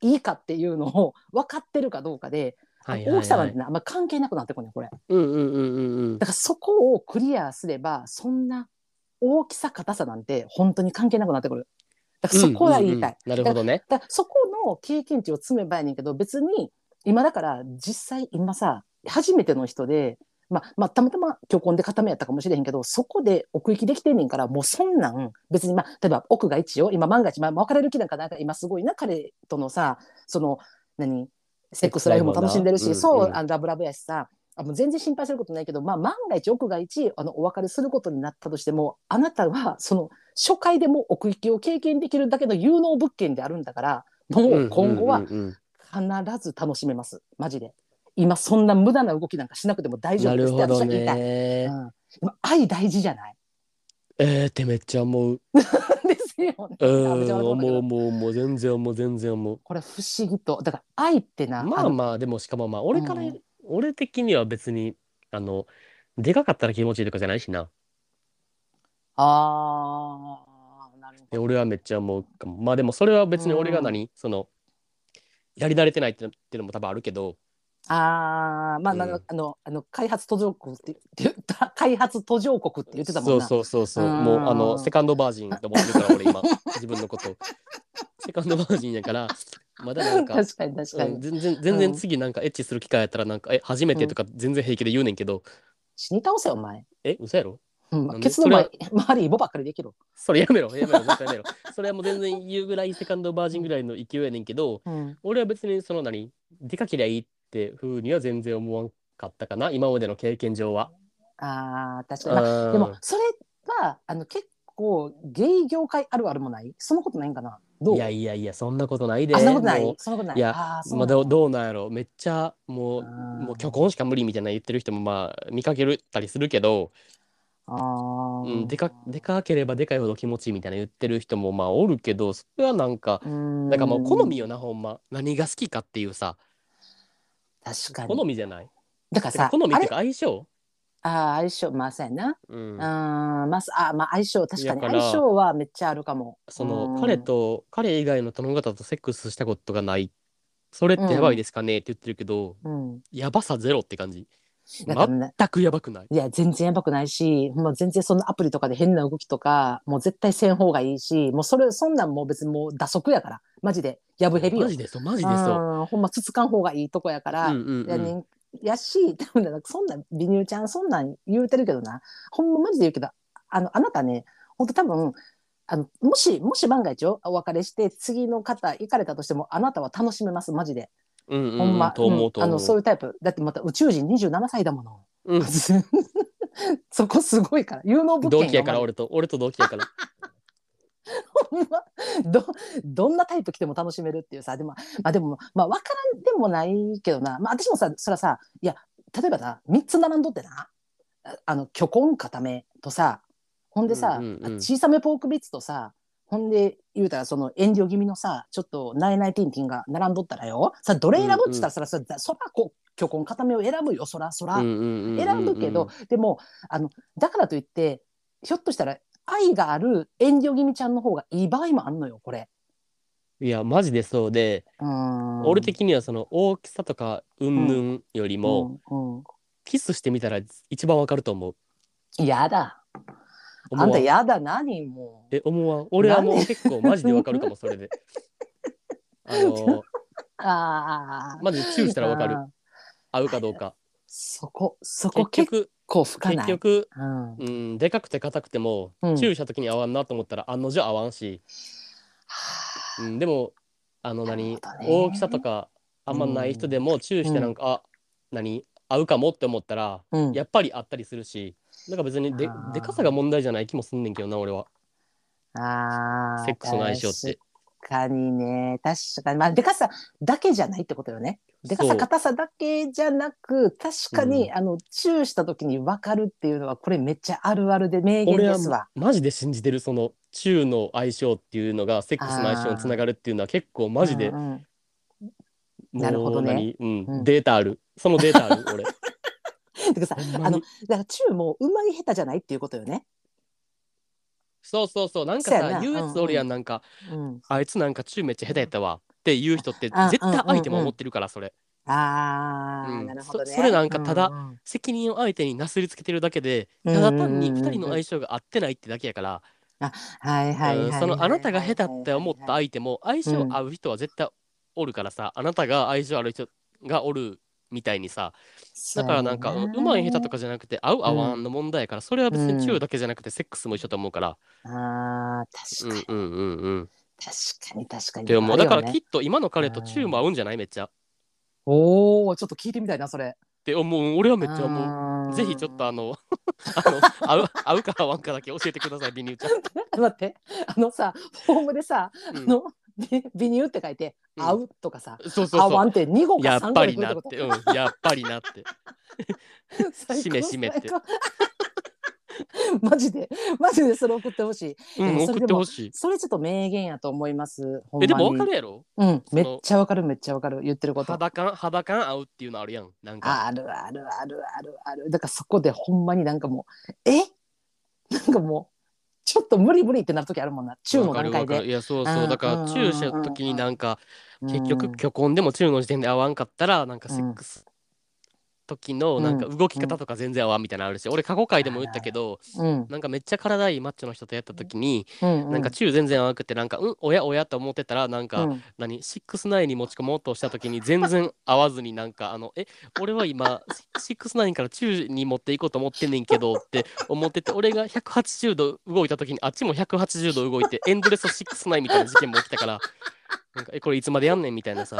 B: いいかっていうのを [laughs] 分かってるかどうかで、あ
A: はいはいはい
B: の大きさなんてねあんま関係なくなってこんねんこれ。だ
A: うんうんうんうんうん。
B: からそこをクリアすれば、そんな大きさ、硬さなんて本当に関係なくなってくる。だからそこは言いたい。
A: うんうんうんなるほどね。
B: だからそこの経験値を詰めばやねんけど別に今だから実際今さ初めての人で、まあまあ、たまたま虚婚で固めやったかもしれへんけどそこで奥行きできてんねんからもうそんなん別に、まあ、例えば奥が一よ今万が一、まあ、別れる気なんかなんか今すごいな彼とのさその何セックスライフも楽しんでるし、
A: うん
B: そううんあのラブラブやしさあもう全然心配することないけど、まあ、万が一奥が一あのお別れすることになったとしてもあなたはその初回でもう奥行きを経験できるだけの有能物件であるんだからもう今後は
A: うんうんうん
B: 必ず楽しめますマジで今そんな無駄な動きなんかしなくても大
A: うん
B: 丈
A: な
B: 夫で
A: る
B: す
A: ほど
B: って私は言いたい、う
A: ね。
B: ん、でも愛大事じゃない
A: えーってめっちゃ思う。
B: ですよね
A: う
B: あめっち
A: ん
B: ゃ思う
A: 思う思う思う全然思う全然思う。
B: これ不思議とだから愛ってな
A: まあ
B: の
A: まあでもしかもまあ俺から、
B: うん
A: 俺的には別にあのでかかったら気持ちいいとかじゃないしな。
B: あーなるほ
A: で
B: ど
A: 俺はめっちゃ思うかも。まあでもそれは別に俺が何、そのやり慣れてないってのってのも多分あるけど。
B: あーまあ、
A: うん
B: あのあのあの開発途上国って言った開発途上国って言ってたもんな
A: そうそうそうそう
B: うん
A: もうあのセカンドバージンと思ってるから俺今 [laughs] 自分のことセカンドバージンやからまだなんか
B: [laughs] 確かに確かに、
A: うん全然全然次なんかエッチする機会やったらなんか、え初めてとか全然平気で言うねんけど、
B: 死に倒せよお前、
A: え嘘やろ
B: うん
A: なんで
B: ケツの
A: それは
B: 前周りイボばっかりできる、
A: それやめろやめろもう一回やめろ [laughs] それはもう全然言うぐらいセカンドバージンぐらいの勢いやねんけど
B: うん、
A: 俺は別にその何出かけりゃいいってふうには全然思わんかったかな今までの経験上は。
B: あー確かに、まあ
A: で
B: でもそれはあの結構ゲイ業界あるあるもないそんなことないんかなどう
A: いやいやいやそんなことないで
B: あそんなことな
A: も
B: いそんなことない
A: いや
B: あー
A: うまあ、
B: そ
A: ど
B: う
A: うどうなんやろうめっちゃもうもう虚婚しか無理みたいな言ってる人もまあ見かけるたりするけど、
B: あ
A: うん、でかでかければでかいほど気持ちいいみたいな言ってる人もまあおるけどそれはなんか
B: な
A: なんかもう好みよなほんま何が好きかっていうさ
B: 確かに
A: 好みじゃない
B: だから
A: てか
B: さ
A: 好みって
B: あ
A: いう
B: れ
A: か相性
B: あー相性まあそうやな
A: うん
B: あまあ、すあまあ相性確かに
A: だから
B: 相性はめっちゃあるかも。
A: そうの
B: ん
A: 彼と彼以外の頼み方とセックスしたことがないそれってやばいですかねって言ってるけど、
B: うん、
A: やばさゼロって感じ
B: だから
A: 全
B: ね
A: くやばくない
B: いや全然やばくないし、もう全然そのアプリとかで変な動きとかもう絶対せん方がいいしもうそれそんなんもう別にもう打足やからマジでやぶへびよ
A: マジでそうマジでそう、
B: うんほんまつつかん方がいいとこやか
A: う
B: ら、
A: んうん
B: や
A: うん
B: ねんやし [laughs] 多分なんかそんな美乳ちゃんそんなん言うてるけどなほんまマジで言うけどあのあなたねほんと多分あのもしもし万が一おお別れして次の方行かれたとしてもあなたは楽しめますマジで
A: うんうん
B: ほんま、
A: と思
B: う
A: うんと
B: あ
A: 思う、
B: のそういうタイプだってまた宇宙人27歳だもの、
A: うん
B: [laughs] そこすごいから有能物件
A: 同期やから
B: ほん
A: 俺と俺と同期やから
B: まどどんなタイプ来ても楽しめるっていうさでも,、まあ、でもまあ分からんでもないけどな、まあ、私もさそらさいや例えばな3つ並んどってなああの巨根固めとさほんでさ、
A: うんうんうん
B: 小さめポークビッツとさほんで言うたらその遠慮気味のさちょっとナイナイティンティンが並んどったらよさどれ選ぶっつったらそら、そらそらこう巨根固めを選ぶよそらそら。
A: うんうんうんうんうん
B: 選ぶけど、でもあのだからといってひょっとしたら愛がある遠慮気味ちゃんの方がいい場合もあんのよこれ。
A: いやマジでそうで、
B: うーん
A: 俺的にはその大きさとかうんぬんよりも、
B: うんうん
A: キスしてみたら一番わかると思う
B: やだ
A: 思
B: あん
A: わ
B: た
A: ん
B: やだ何もう
A: え思わん俺はも
B: な
A: う結構マジでわかるかもそれ
B: [laughs]
A: であの
B: ああ、
A: マジでチューしたらわかる
B: あー
A: 合うかどうか
B: そこそこ
A: 結
B: 結
A: 局
B: 構深な
A: 結
B: い
A: 局
B: うん、
A: うんでかくて硬くても、
B: うん
A: チューした時に合わんなと思ったら案の定合わんし、うん、でもあの何、
B: なるほどね
A: 大きさとかあんまない人でもチューしてなんか、あ何合うかもって思ったら
B: うん、
A: やっぱりあったりするしなんか別にで
B: あー
A: でかさが問題じゃない気もすんねんけどな俺は
B: あー
A: セックスの相性って。
B: 確かにね確かにまあでかさだけじゃないってことよねでか
A: そ
B: さ
A: う
B: 硬さだけじゃなく確かに、あのチューした時に分かるっていうのはこれめっちゃあるあるで名言
A: 俺
B: ですわ
A: は。マジで信じてるその中の相性っていうのがセックスの相性につながるっていうのは結構マジで
B: う
A: も
B: んうん
A: う
B: なるほどね
A: 何う、
B: うんん
A: データあるそのデータあ
B: [laughs]
A: る俺
B: てかさ
A: ほんまに
B: あのだからチューもうまい下手じゃないっていうことよね。
A: そうそうそうなんか
B: そうや
A: さ
B: な
A: 優越おるやんなんか
B: うん、
A: あいつなんか中めっちゃ下手やったわっていう人って
B: あ
A: 絶対相手も思ってるからそれ
B: あー、
A: うん
B: なるほどね
A: そそれなんかただ
B: ううん
A: 責任を相手になすりつけてるだけで
B: うん
A: た
B: うんうん
A: だ単に2人の相性が合ってないってだけやから
B: はいはいはいはい、
A: う
B: はい、
A: んそのあなたが下手って思った
B: はい
A: 相手も相性合う人は絶対おるからさあなたが相性ある人がおるみたいにさだからなんかうまい下手とかじゃなくて合う合わんの問題やからそれは別に中だけじゃなくてセックスも一緒と思うからう
B: あー
A: ん
B: 確か
A: うん
B: に、
A: うんうんっ
B: 確かに確かに。
A: て思う
B: ある
A: だ
B: よ
A: から
B: ね
A: きっと今の彼と中も合うんじゃないめっちゃっ
B: おおちょっと聞いてみたいなそれ。
A: て思う俺はめっちゃ思う
B: も
A: ぜひちょっとあの [laughs] あの合う合うか合わんかだけ教えてく
B: [laughs]
A: ださいビニューちゃん
B: 待ってあのさホームでさ「あ
A: うん
B: のび微乳」って書いて「
A: うん
B: 合う」とかさ
A: そう
B: 「
A: そう
B: 合
A: そ
B: わ」
A: うん
B: って2号か
A: や
B: 3
A: っ
B: 号
A: ぱ
B: で
A: り
B: 来るっ
A: な
B: て
A: っ
B: こと
A: てうんやっぱりなって
B: 最高
A: しめしめって
B: 最高 [laughs] マジでマジでそれ送ってほしい
A: うん
B: [laughs] でもそれ
A: 送
B: でも
A: ってほしい
B: それちょっと名言やと思いますほんま
A: え
B: に
A: でも分かるやろ
B: うん
A: そ
B: めっ
A: の
B: ちゃわかるめっちゃわかる言ってること
A: 肌感肌感合うっていうのあるやんなんか
B: あるあるあるあるあるだからそこでほんまになんかもうえなんかもうちょっと無理無理ってなる時あるもんな中の
A: わかる
B: 段階
A: わかる
B: で
A: いやそう
B: う
A: そうんだから
B: うん
A: 中した時になんか結
B: う
A: 局
B: ん
A: 虚婚でも中の時点で合わんかったらなんかセックス時のなんか
B: う
A: 動き方とか全然合わんみたいなのあるし俺過去回でも言ったけど
B: うん
A: なんかめっちゃ体いいマッチョの人とやった時に
B: うんう
A: なんか中全然合わなくてなんかうんおやおやと思ってたらなん
B: う
A: か
B: ん
A: 何シックスナインに持ち込もうとした時に全然合わずになんかあのえ俺は今シックスナインから中に持っていこうと思ってんねんけどって思ってて俺が180度動いた時にあっちも180度動いてエンドレスシックスナインみたいな事件も起きたからなんかえこれいつまでやんねんみたいなさ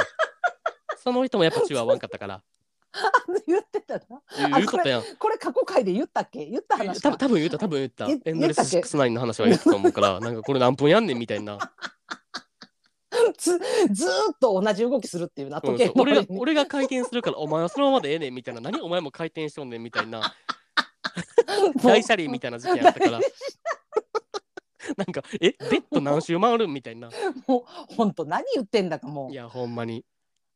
A: その人もやっぱ中合わんかったから
B: 言ってたな
A: [laughs] 言う言うことやん
B: これ過去回で言ったっけ言った話
A: 多
B: か
A: 分多分言った多分言った
B: 言
A: エンドレ
B: 言った
A: ス
B: っけ
A: シックスナインの話は言ったと思うからなんかこれ何分やんねんみたいな [laughs]
B: つずーっと同じ動きするっていうな
A: うん
B: 時計
A: そう
B: の
A: 俺が
B: 針に
A: 俺が回転するからお前はそのままでええねんみたいな何お前も回転しとんねんみたいな大車輪みたいな事件やったから [laughs] なんかえベッド何周回るみたいな
B: もう本当何言ってんだかも
A: いやほんまに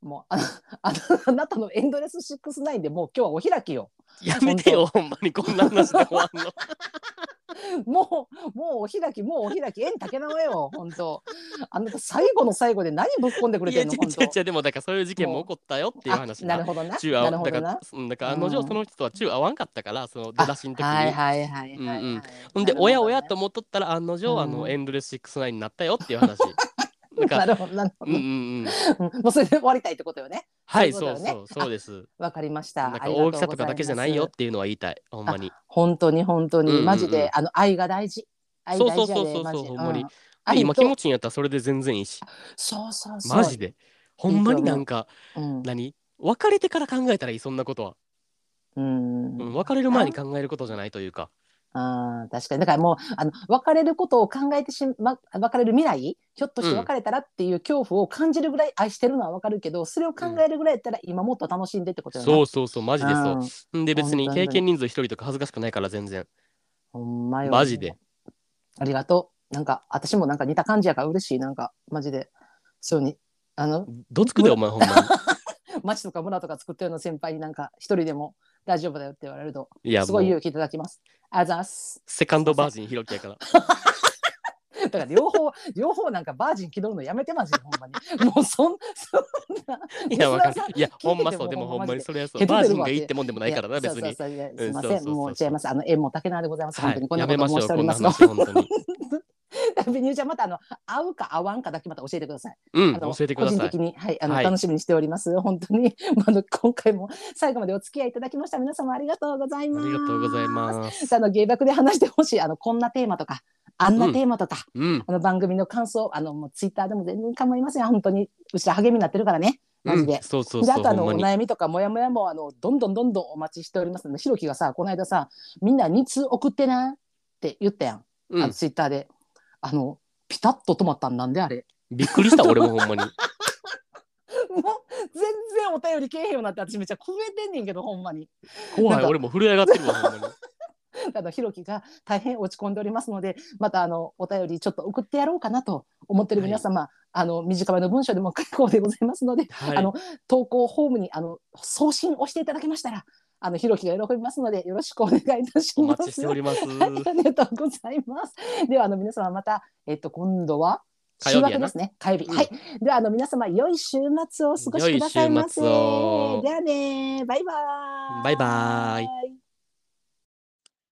B: うもうあの [laughs] あのあなたのエンドレスシックスナインでもう今日はお開きよ
A: やめてよほんまにこんな話で終わん
B: [laughs]
A: の
B: もうもうお開きもうお開き縁竹の上よ [laughs] 本当あなた最後の最後で何ぶっ込んでくれ
A: い
B: て
A: や
B: ん
A: 違
B: の
A: う
B: 本
A: 違う
B: 当
A: 違うでもだからそういう事件も起こったよっていう話
B: あなるほどな
A: 中
B: な
A: 合
B: る
A: う
B: ほ
A: だ
B: ど
A: か
B: な
A: らうんだからあの女
B: うん
A: その人とは中合わんかったからその出
B: あ
A: だしの時に、
B: はいはいはいはいはい、
A: うんうん
B: ほ
A: ほんで、おやおやと思っとったら、案の定、あ
B: う
A: の、
B: ん
A: エンドレス69になったよっていう話。なん
B: [laughs] な
A: か、
B: るほどなるほ
A: う
B: ど、
A: んうんうん。
B: うんもうそれで終わりたいってことよね
A: はい、
B: そう
A: そうう
B: いことだよね
A: そう、そうです。
B: わかりまし
A: な
B: た
A: ん
B: あ
A: か
B: りがう
A: 大きさとかだけじゃないよ
B: ご
A: っ
B: ざます
A: ていうのは言いたい、ほんまに。
B: 本当に本当
A: うんうん
B: に
A: うん
B: マジで、あの愛が大事愛大事やで
A: そうそうそうそう
B: マジ
A: ほんまに
B: うん
A: で
B: 愛
A: 今
B: と
A: 気持ちいいんやったらそれで全然いいし。
B: そうそうそう
A: マジで。ほんまになんか、
B: うん
A: 何別れてから考えたらいい、そんなことは。
B: うん
A: うん別れる前に考えることじゃないというか。
B: あー確かにだからもうあの別れることを考えてしま別れる未来ひょっとして
A: うん
B: 別れたらっていう恐怖を感じるぐらい愛してるのはわかるけどそれを考えるぐらいやったら今もっと楽しんでってことよね。
A: そうそうそう、マジでそう
B: うん
A: ん。で、別に
B: 本当
A: 経
B: に
A: 験人数一人とか恥ずかしくないから、全然。
B: ほんまよ。
A: マジで。
B: ありがとう。なんか私もなんか似た感じやから嬉しいなんかマジでそうにあの
A: どつくで、お前、ほんまに。
B: [laughs] 町とか村とか作ったような先輩になんか一人でも大丈夫だよって言われると
A: いや、
B: す
A: も、
B: ごいう勇気いただきます。あざっす。
A: セカンドバージンひろきや
B: [laughs]
A: から。
B: だから両方 [laughs] 両方なんかバージン気取るのやめてマジでほんまに。 [laughs] もうそんそんな。
A: いや、わかる
B: リスナーさん。
A: いや、
B: て
A: ほ
B: も
A: んまそう、でも
B: ほん
A: ほ
B: ま
A: んまに
B: マジで
A: それはそう。
B: ヘド
A: バー
B: ベ
A: ジ
B: ル
A: ン
B: マー
A: が
B: って
A: いいってもんでもないからな、
B: や
A: 別
B: そう
A: に。
B: そうそう
A: う
B: す
A: ん
B: いま
A: そうそ
B: せん、
A: うそう
B: もう違います。あの縁も竹縄でございます。
A: は
B: 本当に
A: い
B: こんな
A: や
B: こ
A: め
B: と
A: まし
B: 申
A: ょ
B: し
A: う、
B: て
A: こ
B: おり
A: んな
B: ますの。
A: 話、本当に。
B: [laughs] ビニューちゃんまたあの会うか会わんかだけまた教えてください。
A: うん、
B: あ
A: 教
B: の
A: えてくださ
B: 個人
A: い
B: 的。にはいあの、
A: はい
B: 楽しみにしております。本当に [laughs] あの今回も最後までお付き合いいただきました皆様ありがとうござい
A: あ
B: ます。
A: りがとうございます。
B: す。あの芸爆で話してほしいあのこんなテーマとかあんなテーマとか、
A: うん、
B: あの番組の感想あのもうツイッターでも全然構いません本当にうちら励みになってるからね。マ
A: う
B: ジ
A: ん
B: で、
A: そうそう
B: で
A: そ
B: あ
A: う、
B: とあの
A: ほ
B: お
A: んまに。
B: 悩みとかモヤモヤもあのどんどんどんどんお待ちしておりますのでひろきがさこの間さみんな2通送ってなって言ったやん、
A: う
B: あの
A: ん、
B: ツイッターであのピタッと止まったんなんであれ [laughs]
A: びっくりした、俺もほんまに。
B: もう全然お便りけえへんようになって私めっちゃ震えてんねんけどほんまに
A: 怖
B: なん
A: い、
B: か
A: 俺も震え上がってるわ、ほんまに。
B: あのひろきが大変落ち込んでおりますのでまたあのお便りちょっと送ってやろうかなと思ってる皆様、あの短めの文章でも結構でございますので
A: は
B: あ
A: い
B: の、投稿ホームにあの送信をしていただけましたら、あのひろきが喜びますのでよろしくお願いいたし
A: お
B: ます。
A: 待ちしております。
B: はい、ありがとうございます。ではあの皆様またえっと今度は
A: 火曜日やな
B: 週明けですね。火曜日。
A: うん
B: はい。ではあの皆様良い週末をお過ごしくださいませ。
A: 良い週末を
B: ではね、バイバーイ。
A: バイバーイ。